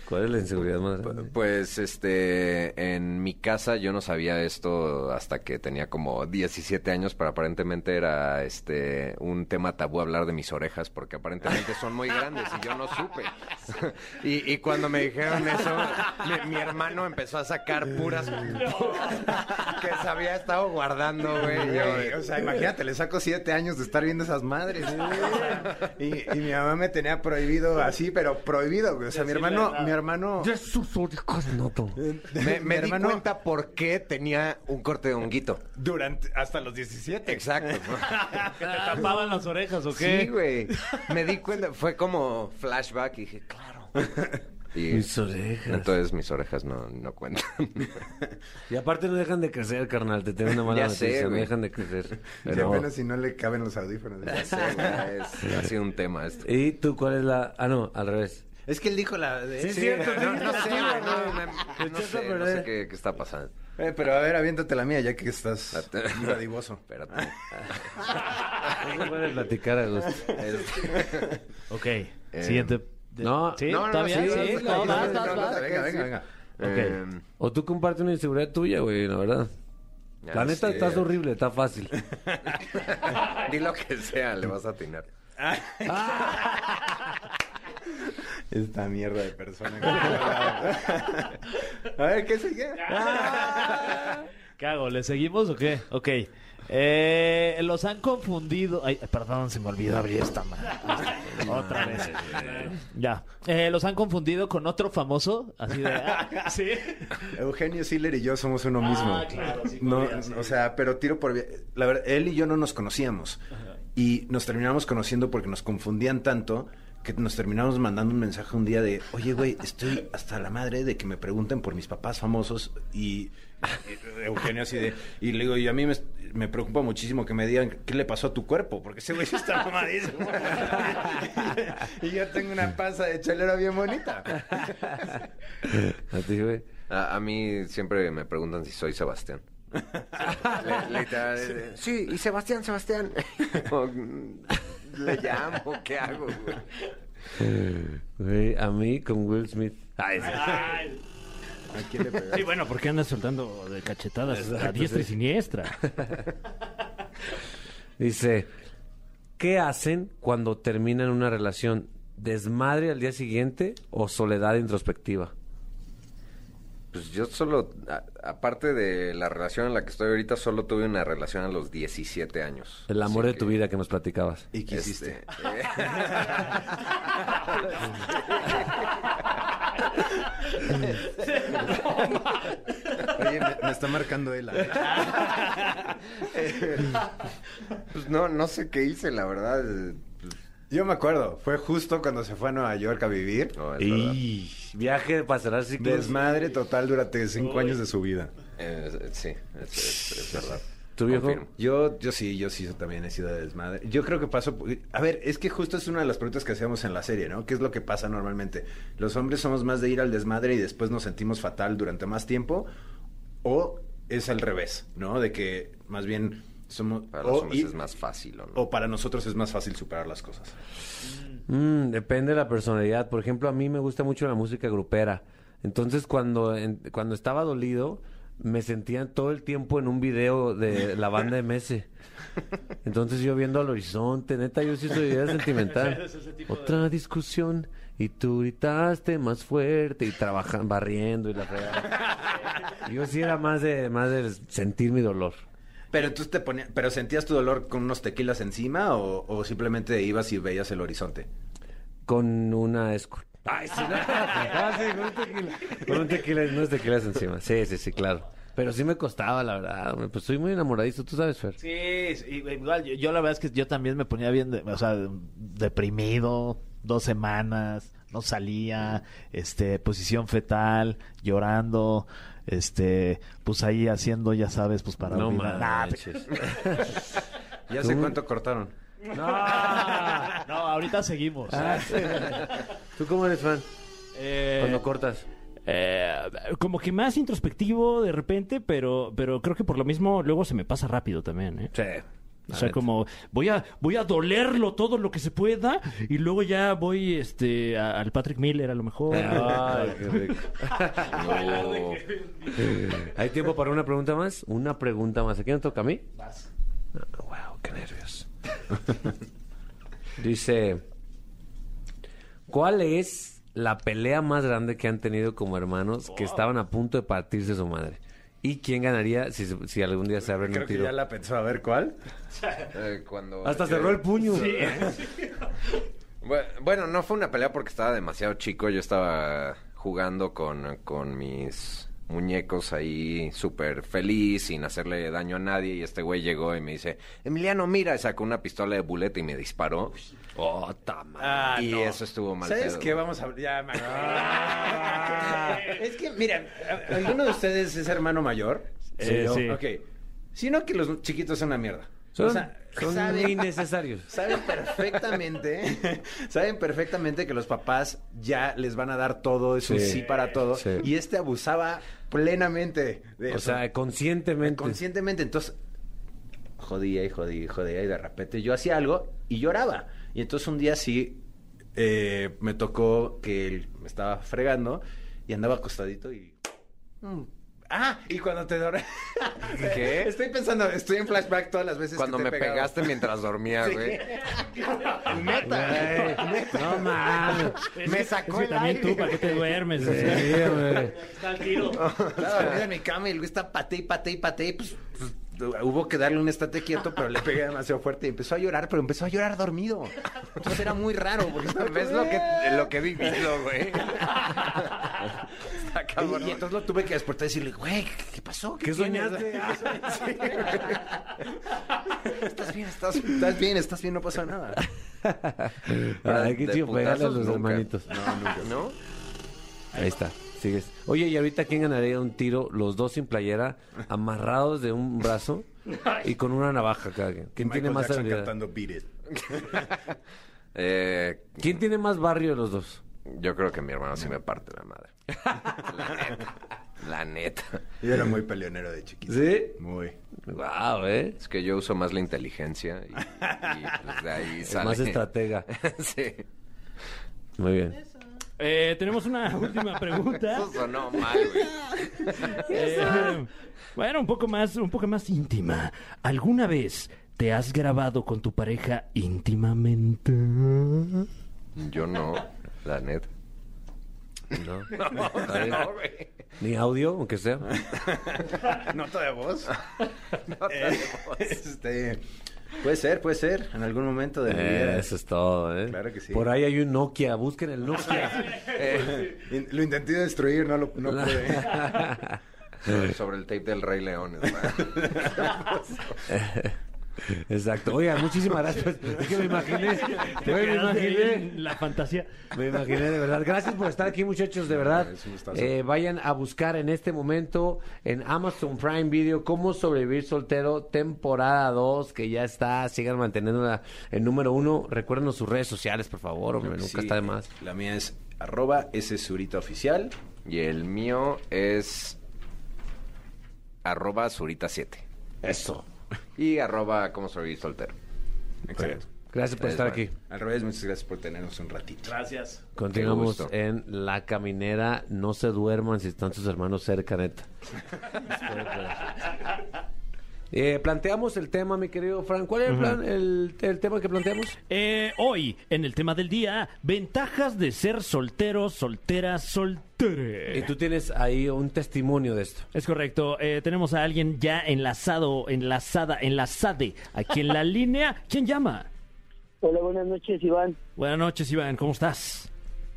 [SPEAKER 2] ¿Cuál es la inseguridad más
[SPEAKER 8] P-
[SPEAKER 2] grande?
[SPEAKER 8] Pues, este, en mi casa yo no sabía esto hasta que tenía como 17 años, pero aparentemente era, este, un tema tabú hablar de mis orejas, porque aparentemente son muy grandes y yo no supe. y, y cuando me dijeron eso, mi, mi hermano empezó a sacar puras que se había estado guardando, güey. Yo,
[SPEAKER 7] Güey, o sea, imagínate, le saco siete años de estar viendo esas madres. Y, y mi mamá me tenía prohibido así, pero prohibido, güey. O sea, mi hermano, mi hermano.
[SPEAKER 2] Yo sus orejas noto.
[SPEAKER 8] me
[SPEAKER 7] mi
[SPEAKER 8] me di
[SPEAKER 7] hermano
[SPEAKER 8] cuenta por qué tenía un corte de honguito.
[SPEAKER 7] durante hasta los 17.
[SPEAKER 8] Exacto.
[SPEAKER 4] ¿Que te tapaban las orejas o qué?
[SPEAKER 8] Sí, güey. Me di cuenta, fue como flashback y dije, claro. Y
[SPEAKER 2] Mis orejas.
[SPEAKER 8] entonces mis orejas no, no cuentan.
[SPEAKER 2] Y aparte no dejan de crecer, carnal. Te tengo una mala
[SPEAKER 8] Ya sé,
[SPEAKER 2] noticia. no
[SPEAKER 8] güey.
[SPEAKER 2] dejan de crecer.
[SPEAKER 7] Y
[SPEAKER 2] Pero-
[SPEAKER 7] apenas si no le caben los audífonos.
[SPEAKER 8] Ya sé, güey, es- ha sido un tema esto.
[SPEAKER 2] ¿Y tú cuál es la...? Ah, no, al revés.
[SPEAKER 7] Es que él dijo la. de-
[SPEAKER 2] Sí, es cierto,
[SPEAKER 8] No, no sé,
[SPEAKER 2] Sí,
[SPEAKER 8] güey,
[SPEAKER 2] güey. Pues
[SPEAKER 8] no, me- no
[SPEAKER 2] Echas a
[SPEAKER 8] sé, no
[SPEAKER 2] perder.
[SPEAKER 8] sé qué, qué está pasando.
[SPEAKER 7] Eh, pero a ver, aviéntate la mía ya que estás
[SPEAKER 8] Espérate.
[SPEAKER 7] dadivoso.
[SPEAKER 8] Espérate.
[SPEAKER 2] No se puede Pues platicar a gusto.
[SPEAKER 4] Ok, siguiente.
[SPEAKER 2] No,
[SPEAKER 4] ¿Sí?
[SPEAKER 8] Este, Eh, no, no,
[SPEAKER 4] ¿Está
[SPEAKER 8] no,
[SPEAKER 4] bien?
[SPEAKER 8] sí,
[SPEAKER 4] Sí, no,
[SPEAKER 8] no, no,
[SPEAKER 4] vas,
[SPEAKER 8] no,
[SPEAKER 4] vas,
[SPEAKER 8] no,
[SPEAKER 4] vas.
[SPEAKER 8] no,
[SPEAKER 7] Venga, venga, venga.
[SPEAKER 8] Eh,
[SPEAKER 2] O tú comparte una inseguridad tuya, güey, la verdad.
[SPEAKER 8] ya
[SPEAKER 2] La neta,
[SPEAKER 8] sé.
[SPEAKER 2] estás horrible, está fácil.
[SPEAKER 8] este, Di lo que sea, le vas a atinar.
[SPEAKER 7] Esta mierda de persona. que a ver, ¿qué sigue?
[SPEAKER 4] ¿Qué hago? ¿Le seguimos o qué? Ok. Eh, los han confundido. Ay, perdón, se me olvidó abrir esta madre. Otra vez. Ya. Eh, los han confundido con otro famoso. Así de. ah, sí.
[SPEAKER 7] Eugenio Siller y yo somos uno mismo.
[SPEAKER 4] Ah, claro, sí,
[SPEAKER 7] no,
[SPEAKER 4] podría, sí.
[SPEAKER 7] O sea, pero tiro por... vi- La verdad, él y yo no nos conocíamos. Y nos terminamos conociendo porque nos confundían tanto que nos terminamos mandando un mensaje un día de, oye, güey, estoy hasta la madre de que me pregunten por mis papás famosos y... y Eugenio así de... Y le digo, y a mí me, me preocupa muchísimo que me digan qué le pasó a tu cuerpo, porque ese güey sí está mamadísimo. y yo tengo una panza de chelera bien bonita.
[SPEAKER 2] A ti, güey.
[SPEAKER 8] A, a mí siempre me preguntan si soy Sebastián. Le- literal, eh, sí, y Sebastián, Sebastián. Como, mm, Le llamo, ¿qué hago? güey?
[SPEAKER 2] Güey, a mí con Will Smith. Ay, sí.
[SPEAKER 7] ¿A quién le pegaste?
[SPEAKER 3] Sí, bueno, porque andas soltando de cachetadas a
[SPEAKER 2] Exacto,
[SPEAKER 3] diestra y
[SPEAKER 2] sí.
[SPEAKER 3] siniestra.
[SPEAKER 2] Dice, ¿qué hacen cuando terminan una relación? ¿Desmadre al día siguiente o soledad introspectiva?
[SPEAKER 8] Pues yo solo, a- aparte de la relación en la que estoy ahorita, solo tuve una relación a los 17 años.
[SPEAKER 2] El amor
[SPEAKER 8] Así
[SPEAKER 2] de tu
[SPEAKER 8] que,
[SPEAKER 2] vida que nos platicabas.
[SPEAKER 7] ¿Y qué
[SPEAKER 8] este,
[SPEAKER 7] hiciste?
[SPEAKER 8] eh,
[SPEAKER 4] ah.
[SPEAKER 7] Oye, me, me está marcando él.
[SPEAKER 8] ¿eh? Pues no, no sé qué hice, la verdad. eh, pues,
[SPEAKER 7] Yo me acuerdo, fue justo cuando se fue a Nueva York a vivir.
[SPEAKER 8] No, es verdad.
[SPEAKER 2] Y viaje para cerrar ciclos.
[SPEAKER 7] Desmadre total durante cinco años de su vida.
[SPEAKER 8] Eh, sí, es, es- es verdad.
[SPEAKER 2] ¿Tu viejo?
[SPEAKER 8] Confirmo.
[SPEAKER 7] Yo, yo sí, yo sí también he sido de desmadre. Yo creo que paso. por- A ver, es que justo es una de las preguntas que hacíamos en la serie, ¿no? ¿Qué es lo que pasa normalmente? ¿Los hombres somos más de ir al desmadre y después nos sentimos fatal durante más tiempo? ¿O es al revés, ¿no? De que más bien somos.
[SPEAKER 8] Para los
[SPEAKER 7] o-
[SPEAKER 8] hombres
[SPEAKER 7] Oh, y-
[SPEAKER 8] es más fácil, ¿o no?
[SPEAKER 7] O para nosotros es más fácil superar las cosas.
[SPEAKER 2] Mm, depende de la personalidad. Por ejemplo, a mí me gusta mucho la música grupera. Entonces, cuando, en- cuando estaba dolido, me sentían todo el tiempo en un video de la banda MS. Entonces, yo viendo al horizonte, neta, yo sí soy idea sentimental. Otra discusión, y tú gritaste más fuerte, y trabajan barriendo y la fregada. Yo sí era más de, más de sentir mi dolor.
[SPEAKER 7] Pero entonces te ponía, pero sentías tu dolor con unos tequilas encima o, o simplemente ibas y veías el horizonte.
[SPEAKER 2] Con una escort. Ay, sí, no. Ah, sí, con un tequila. Con un tequila, unos tequilas encima. Sí, sí, sí, claro. Pero sí me costaba, la verdad. hombre. Pues estoy muy enamoradizo, tú sabes, Fer.
[SPEAKER 4] Sí, sí, igual yo, yo la verdad es que yo también me ponía bien, de- o sea, deprimido, dos semanas, no salía, este, posición fetal, llorando, este, pues ahí haciendo, ya sabes, pues para
[SPEAKER 2] no
[SPEAKER 4] olvidar. Nah, te-
[SPEAKER 2] manches.
[SPEAKER 7] Ya sé
[SPEAKER 2] ¿Tú?
[SPEAKER 7] cuánto cortaron.
[SPEAKER 4] pues, No, no, ahorita seguimos. Ah,
[SPEAKER 2] ¿Tú cómo eres, fan?
[SPEAKER 4] Eh,
[SPEAKER 2] Cuando cortas.
[SPEAKER 3] Eh, como que más introspectivo de repente, pero, pero creo que por lo mismo luego se me pasa rápido también, ¿eh?
[SPEAKER 2] Sí.
[SPEAKER 3] O sea, como voy a, voy a dolerlo todo lo que se pueda y luego ya voy este, a- al Patrick Miller a lo mejor.
[SPEAKER 2] Ay, qué rico.
[SPEAKER 8] No.
[SPEAKER 2] ¿Hay tiempo para una pregunta más? Una pregunta más. ¿A quién me toca a mí? Ah, wow, qué nervios. Dice, ¿cuál es la pelea más grande que han tenido como hermanos que estaban a punto de partirse su madre? ¿Y quién ganaría si, se- si algún día se abren
[SPEAKER 7] Creo
[SPEAKER 2] un
[SPEAKER 7] que
[SPEAKER 2] tiro?
[SPEAKER 7] ya la pensó. A ver, ¿cuál?
[SPEAKER 8] Eh, cuando
[SPEAKER 2] Hasta
[SPEAKER 8] eh,
[SPEAKER 2] cerró el puño.
[SPEAKER 8] Bue- Bueno, no fue una pelea porque estaba demasiado chico. Yo estaba jugando con, con mis muñecos ahí súper feliz, sin hacerle daño a nadie. Y este güey llegó y me dice, Emiliano, mira, y sacó una pistola de buleta y me disparó. Ah,
[SPEAKER 2] Oh, ta madre.
[SPEAKER 8] y eso estuvo mal.
[SPEAKER 7] Ah, ¿Sabes
[SPEAKER 8] pedo,
[SPEAKER 7] qué?
[SPEAKER 8] güey.
[SPEAKER 7] Vamos a... Ya, me
[SPEAKER 2] Ah.
[SPEAKER 7] acordé. Es que, mira, ¿alguno de ustedes es hermano mayor?
[SPEAKER 3] Sí,
[SPEAKER 7] yo.
[SPEAKER 3] sí.
[SPEAKER 7] Ok. Sino que los chiquitos son una mierda.
[SPEAKER 2] Son,
[SPEAKER 7] o sea,
[SPEAKER 2] son
[SPEAKER 7] saben-
[SPEAKER 2] innecesarios.
[SPEAKER 7] Saben perfectamente, saben perfectamente que los papás ya les van a dar todo, es un
[SPEAKER 2] Sí,
[SPEAKER 7] sí, para todo.
[SPEAKER 2] sí.
[SPEAKER 7] Y este abusaba plenamente de
[SPEAKER 2] O
[SPEAKER 7] eso.
[SPEAKER 2] sea, conscientemente.
[SPEAKER 7] conscientemente. Entonces, jodía y jodía y jodía y de repente yo hacía algo y lloraba. Y entonces un día sí eh, me tocó que él me estaba fregando y andaba acostadito y... Mm. Ah, y cuando te doré.
[SPEAKER 8] ¿Qué?
[SPEAKER 7] Estoy pensando, estoy en flashback todas las veces
[SPEAKER 8] Cuando
[SPEAKER 7] que te
[SPEAKER 8] me
[SPEAKER 7] he pegado.
[SPEAKER 8] pegaste mientras dormía, güey.
[SPEAKER 2] Güey, no mames.
[SPEAKER 8] Me sacó
[SPEAKER 3] Sí,
[SPEAKER 8] el
[SPEAKER 3] también
[SPEAKER 8] aire.
[SPEAKER 3] tú, ¿para qué te duermes?
[SPEAKER 2] Sí, güey.
[SPEAKER 7] Estaba dormido en mi cama y el güey está pate y pate y pate y pues, pues, hubo que darle un estate quieto, pero le pegué demasiado fuerte y empezó a llorar, pero empezó a llorar dormido. Entonces era muy raro. Porque estaba-
[SPEAKER 8] ¿Ves lo que, lo que he vivido, güey? Está cabrón.
[SPEAKER 7] Y, y entonces lo tuve que despertar y decirle, güey, ¿qué- ¿qué Ah, pasó?
[SPEAKER 2] ¿Qué
[SPEAKER 7] tienes?"
[SPEAKER 2] soñaste?
[SPEAKER 7] Sí, güey. estás bien, estás, estás bien, estás bien, no pasó nada.
[SPEAKER 2] Ay, qué
[SPEAKER 8] De
[SPEAKER 2] chido, pégale a
[SPEAKER 8] putazos,
[SPEAKER 2] los
[SPEAKER 8] nunca.
[SPEAKER 2] hermanitos.
[SPEAKER 8] No, nunca. ¿No?
[SPEAKER 2] Ahí está, sigues. Oye, ¿y ahorita quién ganaría un tiro? Los dos sin playera, amarrados de un brazo y con una navaja cada quien. ¿Quién tiene más habilidad?
[SPEAKER 7] Beat It.
[SPEAKER 8] Eh,
[SPEAKER 2] ¿Quién tiene más barrio de los dos?
[SPEAKER 8] Yo creo que mi hermano sí me parte la madre. La neta. La neta.
[SPEAKER 7] Yo era muy peleonero de chiquito.
[SPEAKER 2] ¿Sí?
[SPEAKER 7] Muy.
[SPEAKER 2] Wow, ¿eh?
[SPEAKER 8] Es que yo uso más la inteligencia y, y, pues, de ahí
[SPEAKER 2] Es
[SPEAKER 8] sale.
[SPEAKER 2] más estratega.
[SPEAKER 8] sí.
[SPEAKER 2] Muy bien.
[SPEAKER 3] Eh, tenemos una última pregunta.
[SPEAKER 8] Eso sonó mal, güey.
[SPEAKER 3] Eh, bueno, un poco más, un poco más íntima. ¿Alguna vez te has grabado con tu pareja íntimamente?
[SPEAKER 8] Yo no, la neta.
[SPEAKER 2] No.
[SPEAKER 8] No, no, güey.
[SPEAKER 2] Ni audio, aunque sea.
[SPEAKER 7] ¿Nota de voz? Este, puede ser, puede ser. En algún momento de mi vida.
[SPEAKER 2] Eh, Eso es todo, ¿eh?
[SPEAKER 7] Claro que sí.
[SPEAKER 2] Por ahí hay un Nokia, busquen el Nokia.
[SPEAKER 7] Eh, in- lo intenté destruir, no lo no pude.
[SPEAKER 8] sobre, sobre el tape del Rey León. ¿verdad?
[SPEAKER 2] Exacto. Oiga, muchísimas gracias. Es que me imaginé.
[SPEAKER 3] Te
[SPEAKER 2] güey, me
[SPEAKER 3] quedaste ahí
[SPEAKER 2] imaginé.
[SPEAKER 3] en la fantasía.
[SPEAKER 2] Me imaginé, de verdad. Gracias por estar aquí, muchachos, de verdad.
[SPEAKER 8] Es un gustazo.
[SPEAKER 2] Eh, vayan a buscar en este momento en Amazon Prime Video cómo sobrevivir soltero, temporada 2, que ya está. Sigan manteniendo el número 1. Recuérdenos sus redes sociales, por favor, hombre. Nunca
[SPEAKER 7] Sí,
[SPEAKER 2] está de más.
[SPEAKER 7] La mía es arroba ese Zurita oficial.
[SPEAKER 8] y el mío es arroba Zurita7.
[SPEAKER 2] Eso.
[SPEAKER 8] Y arroba como soy soltero. Exacto.
[SPEAKER 2] Gracias por estar aquí.
[SPEAKER 7] Al revés, muchas gracias por tenernos un ratito.
[SPEAKER 4] Gracias.
[SPEAKER 2] Continuamos
[SPEAKER 8] gusto.
[SPEAKER 2] en La Caminera. No se duerman si están sus hermanos cerca, neta. Eh, planteamos el tema, mi querido Frank. ¿Cuál es el, plan- el- el tema que planteamos?
[SPEAKER 3] Eh, hoy, en el tema del día, ventajas de ser soltero, soltera, soltere.
[SPEAKER 2] Y tú tienes ahí un testimonio de esto.
[SPEAKER 3] Es correcto. Eh, tenemos a alguien ya enlazado, enlazada, enlazade aquí en la línea. ¿Quién llama?
[SPEAKER 9] Hola, buenas noches, Iván.
[SPEAKER 3] Buenas noches, Iván. ¿Cómo estás?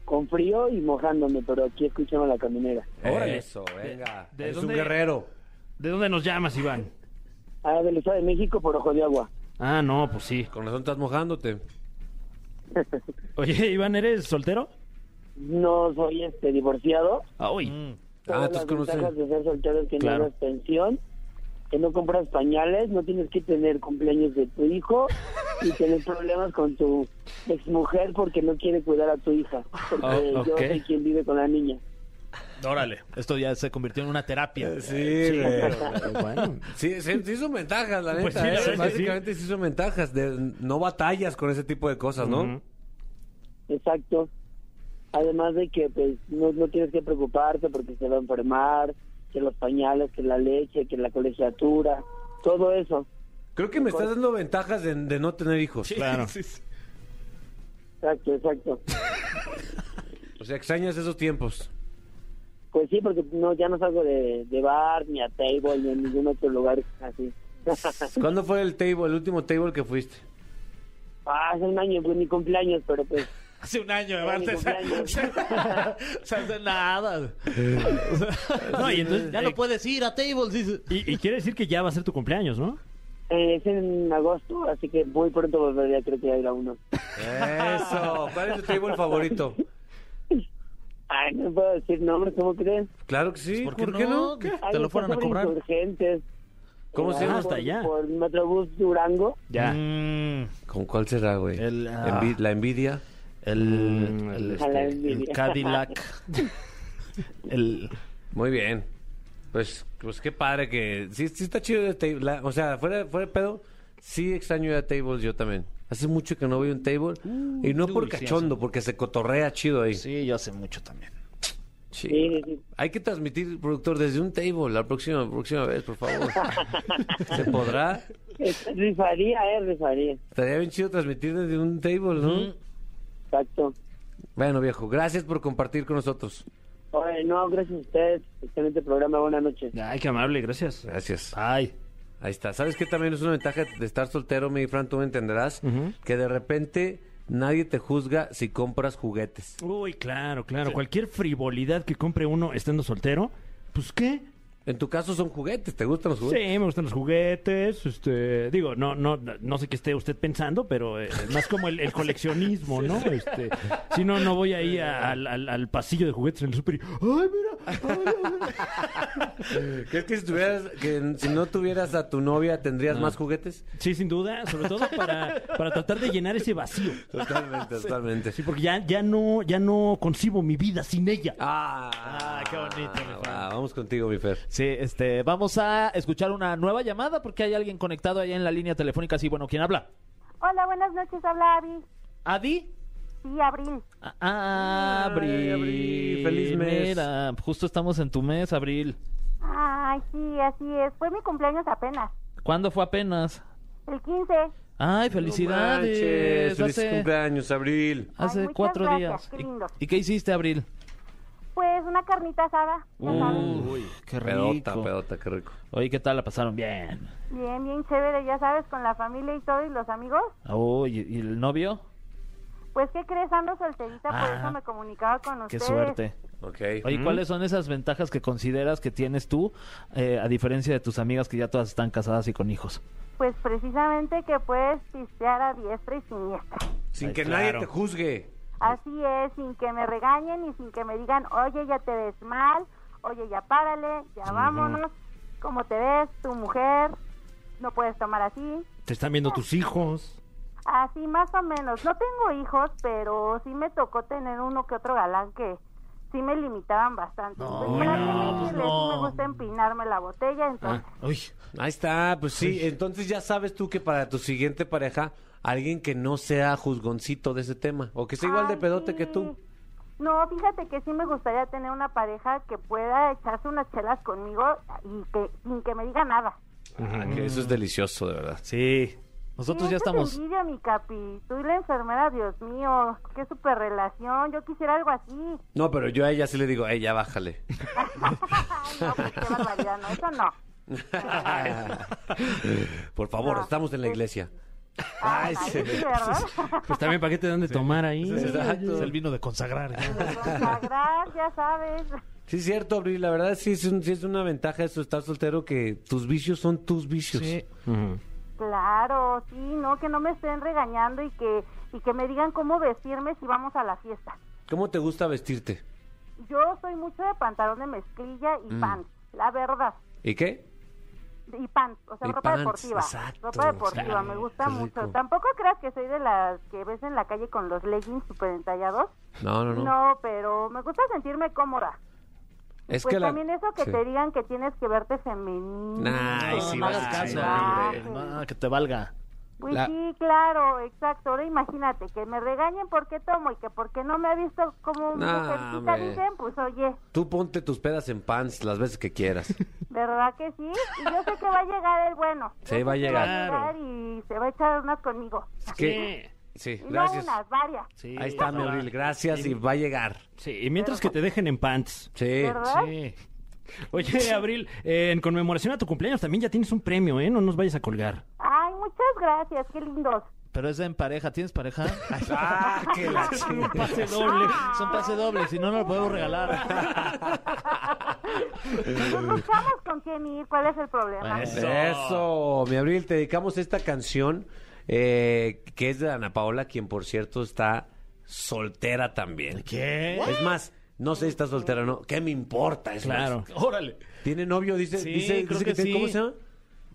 [SPEAKER 9] Con frío y mojándome, pero aquí escuchando la caminera.
[SPEAKER 3] Órale.
[SPEAKER 2] Eso, venga.
[SPEAKER 3] ¿De- de
[SPEAKER 2] es
[SPEAKER 3] dónde-
[SPEAKER 2] un guerrero.
[SPEAKER 3] ¿De dónde nos llamas, Iván?
[SPEAKER 9] Ah, del Estado de México por Ojo de Agua.
[SPEAKER 3] Ah, no, pues sí.
[SPEAKER 2] Con razón estás mojándote.
[SPEAKER 3] Oye, Iván, ¿eres soltero?
[SPEAKER 9] No soy este divorciado.
[SPEAKER 3] Ay.
[SPEAKER 2] Ah,
[SPEAKER 9] Todas
[SPEAKER 2] entonces
[SPEAKER 9] las
[SPEAKER 2] conoces.
[SPEAKER 9] ventajas de ser soltero es que
[SPEAKER 3] Claro.
[SPEAKER 9] no das pensión, que no compras pañales, no tienes que tener cumpleaños de tu hijo y tener problemas con tu exmujer porque no quiere cuidar a tu hija. Porque
[SPEAKER 3] Oh,
[SPEAKER 9] yo
[SPEAKER 3] ok.
[SPEAKER 9] soy quien vive con la niña.
[SPEAKER 4] Órale, esto ya se convirtió en una terapia.
[SPEAKER 2] Sí,
[SPEAKER 9] Pues
[SPEAKER 3] Bueno.
[SPEAKER 2] Sí, sí, sí son ventajas, la neta.
[SPEAKER 3] Pues sí, la
[SPEAKER 2] ¿eh?
[SPEAKER 3] verdad es que
[SPEAKER 2] Básicamente sí. son ventajas. de- no batallas con ese tipo de cosas, ¿no?
[SPEAKER 3] Ujú.
[SPEAKER 9] Exacto. Además de que pues no, no tienes que preocuparte porque se va a enfermar, que los pañales, que la leche, que la colegiatura, todo eso.
[SPEAKER 2] Creo que me
[SPEAKER 9] Pues
[SPEAKER 2] estás dando ventajas de, de no tener hijos.
[SPEAKER 3] Claro.
[SPEAKER 9] Exacto, exacto.
[SPEAKER 2] O sea, extrañas esos tiempos.
[SPEAKER 9] Pues sí, porque no ya no salgo de, de bar, ni a table, ni a ningún otro lugar así.
[SPEAKER 2] ¿Cuándo fue el table, el último table que fuiste?
[SPEAKER 9] ah, hace un año fue mi cumpleaños, pero pues
[SPEAKER 4] Hace un año,
[SPEAKER 9] Era mi
[SPEAKER 4] Iván.
[SPEAKER 9] cumpleaños.
[SPEAKER 4] Se hace nada.
[SPEAKER 3] No, y entonces-
[SPEAKER 4] ya no puedes ir a tables. dice.
[SPEAKER 3] Y, y quiere decir que ya va a ser tu cumpleaños, ¿no?
[SPEAKER 9] eh, es en agosto, así que muy pronto volveré creo que a ir a uno.
[SPEAKER 2] Eso. ¿Cuál es tu table favorito?
[SPEAKER 9] Ay, no puedo decir nombres, ¿cómo crees?
[SPEAKER 2] Claro que sí.
[SPEAKER 3] Pues,
[SPEAKER 4] ¿Por qué no? ¿Qué?
[SPEAKER 9] Ay,
[SPEAKER 4] Te lo
[SPEAKER 9] está
[SPEAKER 4] fueron a
[SPEAKER 9] sobre
[SPEAKER 4] cobrar.
[SPEAKER 9] Insurgentes.
[SPEAKER 2] ¿Cómo se
[SPEAKER 9] Ah,
[SPEAKER 2] llama?
[SPEAKER 9] por-
[SPEAKER 3] Hasta allá.
[SPEAKER 9] Por Metrobús Durango.
[SPEAKER 3] Ya.
[SPEAKER 4] Mm,
[SPEAKER 2] ¿Con cuál será, güey?
[SPEAKER 4] El, ah.
[SPEAKER 2] Envi- la envidia.
[SPEAKER 4] el, el,
[SPEAKER 9] A la
[SPEAKER 4] este, el
[SPEAKER 9] envidia.
[SPEAKER 4] Cadillac. El,
[SPEAKER 2] Muy bien. Pues, pues qué padre que. Sí, sí está chido el table. la- o sea, fuera, fuera de pedo, sí extraño ir a tables yo también. Hace mucho que no voy a un table. y no por
[SPEAKER 4] dulce,
[SPEAKER 2] cachondo, porque se cotorrea chido ahí.
[SPEAKER 4] sí, yo hace mucho también.
[SPEAKER 9] Sí,
[SPEAKER 2] Sí.
[SPEAKER 9] sí, sí.
[SPEAKER 2] Hay que transmitir, productor, desde un table la próxima, próxima vez, por favor. ¿Se podrá?
[SPEAKER 9] Es- Rifaría, eh, rifaría.
[SPEAKER 2] Estaría bien chido transmitir desde un table, ¿no?
[SPEAKER 9] Exacto.
[SPEAKER 2] Bueno, viejo, gracias por compartir con nosotros.
[SPEAKER 9] Oye, no, gracias a ustedes. Excelente programa, buenas noches.
[SPEAKER 3] Ay, qué amable, gracias.
[SPEAKER 2] Gracias.
[SPEAKER 4] Ay,
[SPEAKER 2] Ahí está. ¿Sabes qué también es una ventaja de estar soltero, mi Fran? Tú me entenderás. Que de repente nadie te juzga si compras juguetes.
[SPEAKER 3] Uy, claro, claro. Cualquier frivolidad que compre uno estando soltero, pues qué.
[SPEAKER 2] En tu caso son juguetes, ¿te gustan los
[SPEAKER 3] Sí,
[SPEAKER 2] juguetes?
[SPEAKER 3] me gustan los juguetes, este, digo, no, no, no sé qué esté usted pensando, pero eh, más como el, el coleccionismo, ¿no? Este, si no, no voy ahí a- al, al- al pasillo de juguetes en el super y, ¡ay, mira! ¡Ay,
[SPEAKER 2] ¿Crees que si, tuvieras, que si no tuvieras a tu novia tendrías más juguetes?
[SPEAKER 3] Sí, sin duda, sobre todo para, para tratar de llenar ese vacío.
[SPEAKER 2] Totalmente, totalmente.
[SPEAKER 3] Sí, porque ya, ya no, ya no concibo mi vida sin ella.
[SPEAKER 2] Ah,
[SPEAKER 4] Ah, qué bonito, mi Fran.
[SPEAKER 2] va, vamos contigo, mi Fer.
[SPEAKER 4] sí, este, vamos a escuchar una nueva llamada porque hay alguien conectado allá en la línea telefónica. Sí, bueno, ¿quién habla?
[SPEAKER 10] Hola, buenas noches, habla Abby.
[SPEAKER 4] ¿Adi?
[SPEAKER 10] Sí, Abril.
[SPEAKER 4] Ah, Abril.
[SPEAKER 2] Abril, feliz mes.
[SPEAKER 4] Mira, justo estamos en tu mes, Abril.
[SPEAKER 10] Ay, sí, así es. Fue mi cumpleaños apenas.
[SPEAKER 4] ¿Cuándo fue apenas?
[SPEAKER 10] El 15.
[SPEAKER 4] Ay, felicidades.
[SPEAKER 2] No manches, feliz
[SPEAKER 4] hace
[SPEAKER 2] cumpleaños, Abril.
[SPEAKER 4] hace
[SPEAKER 10] Ay, muchas
[SPEAKER 4] cuatro
[SPEAKER 10] gracias,
[SPEAKER 4] días.
[SPEAKER 10] qué
[SPEAKER 4] ¿Y-
[SPEAKER 10] lindo.
[SPEAKER 4] ¿Y, qué hiciste, Abril?
[SPEAKER 10] Pues una carnita asada. ya sabes.
[SPEAKER 4] Uy, qué
[SPEAKER 2] Pedota,
[SPEAKER 4] rico.
[SPEAKER 2] pedota, qué rico.
[SPEAKER 4] Oye, ¿qué tal la pasaron? Bien.
[SPEAKER 10] Bien, bien chévere, ya sabes, con la familia y todo y los amigos.
[SPEAKER 4] Uy, ¿y el novio?
[SPEAKER 8] Pues, ¿qué crees? Ando solterita, por
[SPEAKER 4] Ah,
[SPEAKER 8] eso me comunicaba con
[SPEAKER 4] Qué
[SPEAKER 8] ustedes.
[SPEAKER 4] suerte.
[SPEAKER 2] Ok. Mm.
[SPEAKER 4] Oye, ¿cuáles son esas ventajas que consideras que tienes tú, eh, a diferencia de tus amigas que ya todas están casadas y con hijos?
[SPEAKER 8] Pues precisamente que puedes pistear a diestra y siniestra.
[SPEAKER 2] Sin
[SPEAKER 4] Ay,
[SPEAKER 2] que
[SPEAKER 4] claro.
[SPEAKER 2] nadie te juzgue.
[SPEAKER 8] Así es, sin que me regañen y sin que me digan, oye, ya te ves mal, oye, ya párale, ya vámonos, como te ves, tu mujer, no puedes tomar así.
[SPEAKER 3] Te están viendo tus hijos.
[SPEAKER 8] Así más o menos. No tengo hijos, pero sí me tocó tener uno que otro galán que sí me limitaban bastante.
[SPEAKER 4] No,
[SPEAKER 8] Soy muy
[SPEAKER 4] no,
[SPEAKER 8] accesible,
[SPEAKER 4] no.
[SPEAKER 8] sí me
[SPEAKER 2] Mm.
[SPEAKER 8] gusta empinarme la botella, entonces...
[SPEAKER 3] Uy.
[SPEAKER 2] Ahí está, pues sí. Entonces ya sabes tú que para tu siguiente pareja, alguien que no sea juzgoncito de ese tema o que sea igual de
[SPEAKER 8] Ay,
[SPEAKER 2] pedote que tú.
[SPEAKER 8] sí. No, fíjate que sí me gustaría tener una pareja que pueda echarse unas chelas conmigo y que sin que me diga nada.
[SPEAKER 2] Ah, que Eso es delicioso, de verdad.
[SPEAKER 4] Sí. Nosotros
[SPEAKER 8] Sí,
[SPEAKER 4] ya
[SPEAKER 8] eso es
[SPEAKER 4] estamos.
[SPEAKER 8] envidia, mi capi. Tú y la enfermera, Dios mío, qué super relación. Yo quisiera algo así.
[SPEAKER 2] No, pero yo a ella sí le digo, ella bájale.
[SPEAKER 8] Ay, no, pues qué barbaridad, no, eso no.
[SPEAKER 2] Por favor,
[SPEAKER 8] No,
[SPEAKER 2] estamos en la
[SPEAKER 8] sí.
[SPEAKER 2] iglesia.
[SPEAKER 8] Ay, sí, ¿verdad?
[SPEAKER 3] Pues también, ¿para qué te dan de tomar ahí?
[SPEAKER 4] Exacto. Es el vino de consagrar.
[SPEAKER 8] Consagrar, ya sabes.
[SPEAKER 2] Sí, es cierto, Abril. La verdad, sí es, un- sí es una ventaja eso, estar soltero, que tus vicios son tus vicios.
[SPEAKER 4] Sí.
[SPEAKER 8] Claro, sí, no, que no me estén regañando y que, y que me digan cómo vestirme si vamos a la fiesta.
[SPEAKER 2] ¿Cómo te gusta vestirte?
[SPEAKER 8] Yo soy mucho de pantalón de mezclilla y pants, la verdad.
[SPEAKER 2] ¿Y qué?
[SPEAKER 8] Y pants, o sea,
[SPEAKER 2] Y
[SPEAKER 8] ropa
[SPEAKER 2] pants,
[SPEAKER 8] deportiva.
[SPEAKER 2] exacto,
[SPEAKER 8] ropa deportiva,
[SPEAKER 2] claro,
[SPEAKER 8] me gusta
[SPEAKER 2] qué
[SPEAKER 8] mucho.
[SPEAKER 2] rico.
[SPEAKER 8] Tampoco creas que soy de las que ves en la calle con los leggings super entallados.
[SPEAKER 2] No, no, no.
[SPEAKER 8] No, pero me gusta sentirme cómoda.
[SPEAKER 2] es
[SPEAKER 8] pues
[SPEAKER 2] que la-
[SPEAKER 8] también eso que
[SPEAKER 2] sí.
[SPEAKER 8] te digan que tienes que verte femenino.
[SPEAKER 2] Ay, sí,
[SPEAKER 4] no
[SPEAKER 2] vas
[SPEAKER 4] hagas
[SPEAKER 2] a
[SPEAKER 4] caso,
[SPEAKER 8] chingar,
[SPEAKER 4] hombre.
[SPEAKER 8] hombre.
[SPEAKER 4] No, Ah, que te valga.
[SPEAKER 8] Pues
[SPEAKER 2] La-
[SPEAKER 8] sí, claro, exacto. Ahora imagínate que me regañen porque tomo y que porque no me ha visto como
[SPEAKER 2] Nah,
[SPEAKER 8] mujercita,
[SPEAKER 2] hombre.
[SPEAKER 8] dicen, pues oye,
[SPEAKER 2] Tú ponte tus pedas en pants las veces que quieras.
[SPEAKER 8] ¿verdad que sí? Y yo sé que va a llegar el bueno. Yo
[SPEAKER 2] Sí,
[SPEAKER 8] sé
[SPEAKER 2] va a
[SPEAKER 8] que
[SPEAKER 2] llegar.
[SPEAKER 8] Y se va a echar unas conmigo.
[SPEAKER 2] ¿Qué? Sí,
[SPEAKER 8] Y
[SPEAKER 2] gracias.
[SPEAKER 8] Ah, no unas, varias.
[SPEAKER 4] Sí.
[SPEAKER 2] Ahí está, mi Abril. Gracias y va a llegar.
[SPEAKER 3] Sí, y mientras que te dejen en pants.
[SPEAKER 2] Sí.
[SPEAKER 8] ¿Verdad?
[SPEAKER 3] Sí. Oye, Abril, eh, en conmemoración a tu cumpleaños también ya tienes un premio, ¿eh? No nos vayas a colgar.
[SPEAKER 8] Ay, muchas gracias, qué lindos.
[SPEAKER 4] Pero es en pareja. ¿Tienes pareja?
[SPEAKER 2] Ah, que la
[SPEAKER 3] Un
[SPEAKER 2] chingada.
[SPEAKER 3] pase doble.
[SPEAKER 4] Son pase doble, si no, no lo podemos regalar.
[SPEAKER 8] Nos buscamos con quién ir, ¿cuál es el problema?
[SPEAKER 4] Eso.
[SPEAKER 2] Eso, mi Abril, te dedicamos esta canción eh, que es de Ana Paola, quien por cierto está soltera también.
[SPEAKER 3] ¿Qué?
[SPEAKER 2] Es más, no sé si está soltera o no. ¿Qué me importa? Es más.
[SPEAKER 3] Claro.
[SPEAKER 4] Órale.
[SPEAKER 2] ¿Tiene novio? Dice,
[SPEAKER 4] Sí,
[SPEAKER 2] dice,
[SPEAKER 4] creo
[SPEAKER 2] dice
[SPEAKER 4] que
[SPEAKER 2] tiene-
[SPEAKER 4] sí.
[SPEAKER 2] ¿Cómo se llama?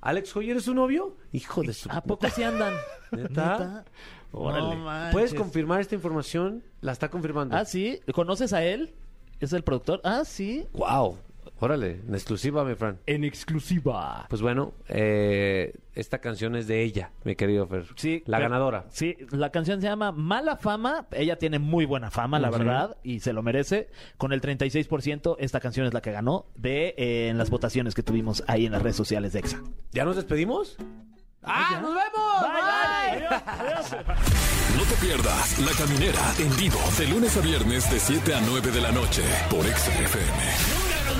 [SPEAKER 2] ¿Alex Joyer es su novio? Hijo de su...
[SPEAKER 4] ¿A poco sí andan?
[SPEAKER 2] ¿Neta?
[SPEAKER 4] Órale.
[SPEAKER 2] ¿Puedes confirmar esta información? La está confirmando.
[SPEAKER 4] Ah, sí. ¿Conoces a él? ¿Es el productor? Ah, sí.
[SPEAKER 2] Wow. Órale, en exclusiva, mi Fran.
[SPEAKER 3] En exclusiva.
[SPEAKER 2] Pues bueno, eh, esta canción es de ella, mi querido Fer.
[SPEAKER 4] Sí,
[SPEAKER 2] La
[SPEAKER 4] pero-
[SPEAKER 2] ganadora.
[SPEAKER 4] Sí, la canción se llama Mala Fama. Ella tiene muy buena fama, la
[SPEAKER 2] Ujú.
[SPEAKER 4] verdad, y se lo merece. Con el 36%, esta canción es la que ganó de eh, en las votaciones que tuvimos ahí en las redes sociales de EXA.
[SPEAKER 2] ¿Ya nos despedimos? ¡Ah, nos vemos!
[SPEAKER 1] No te pierdas La Caminera en vivo de lunes a viernes de 7 a 9 de la noche por Exa FM. ¡Nunca nos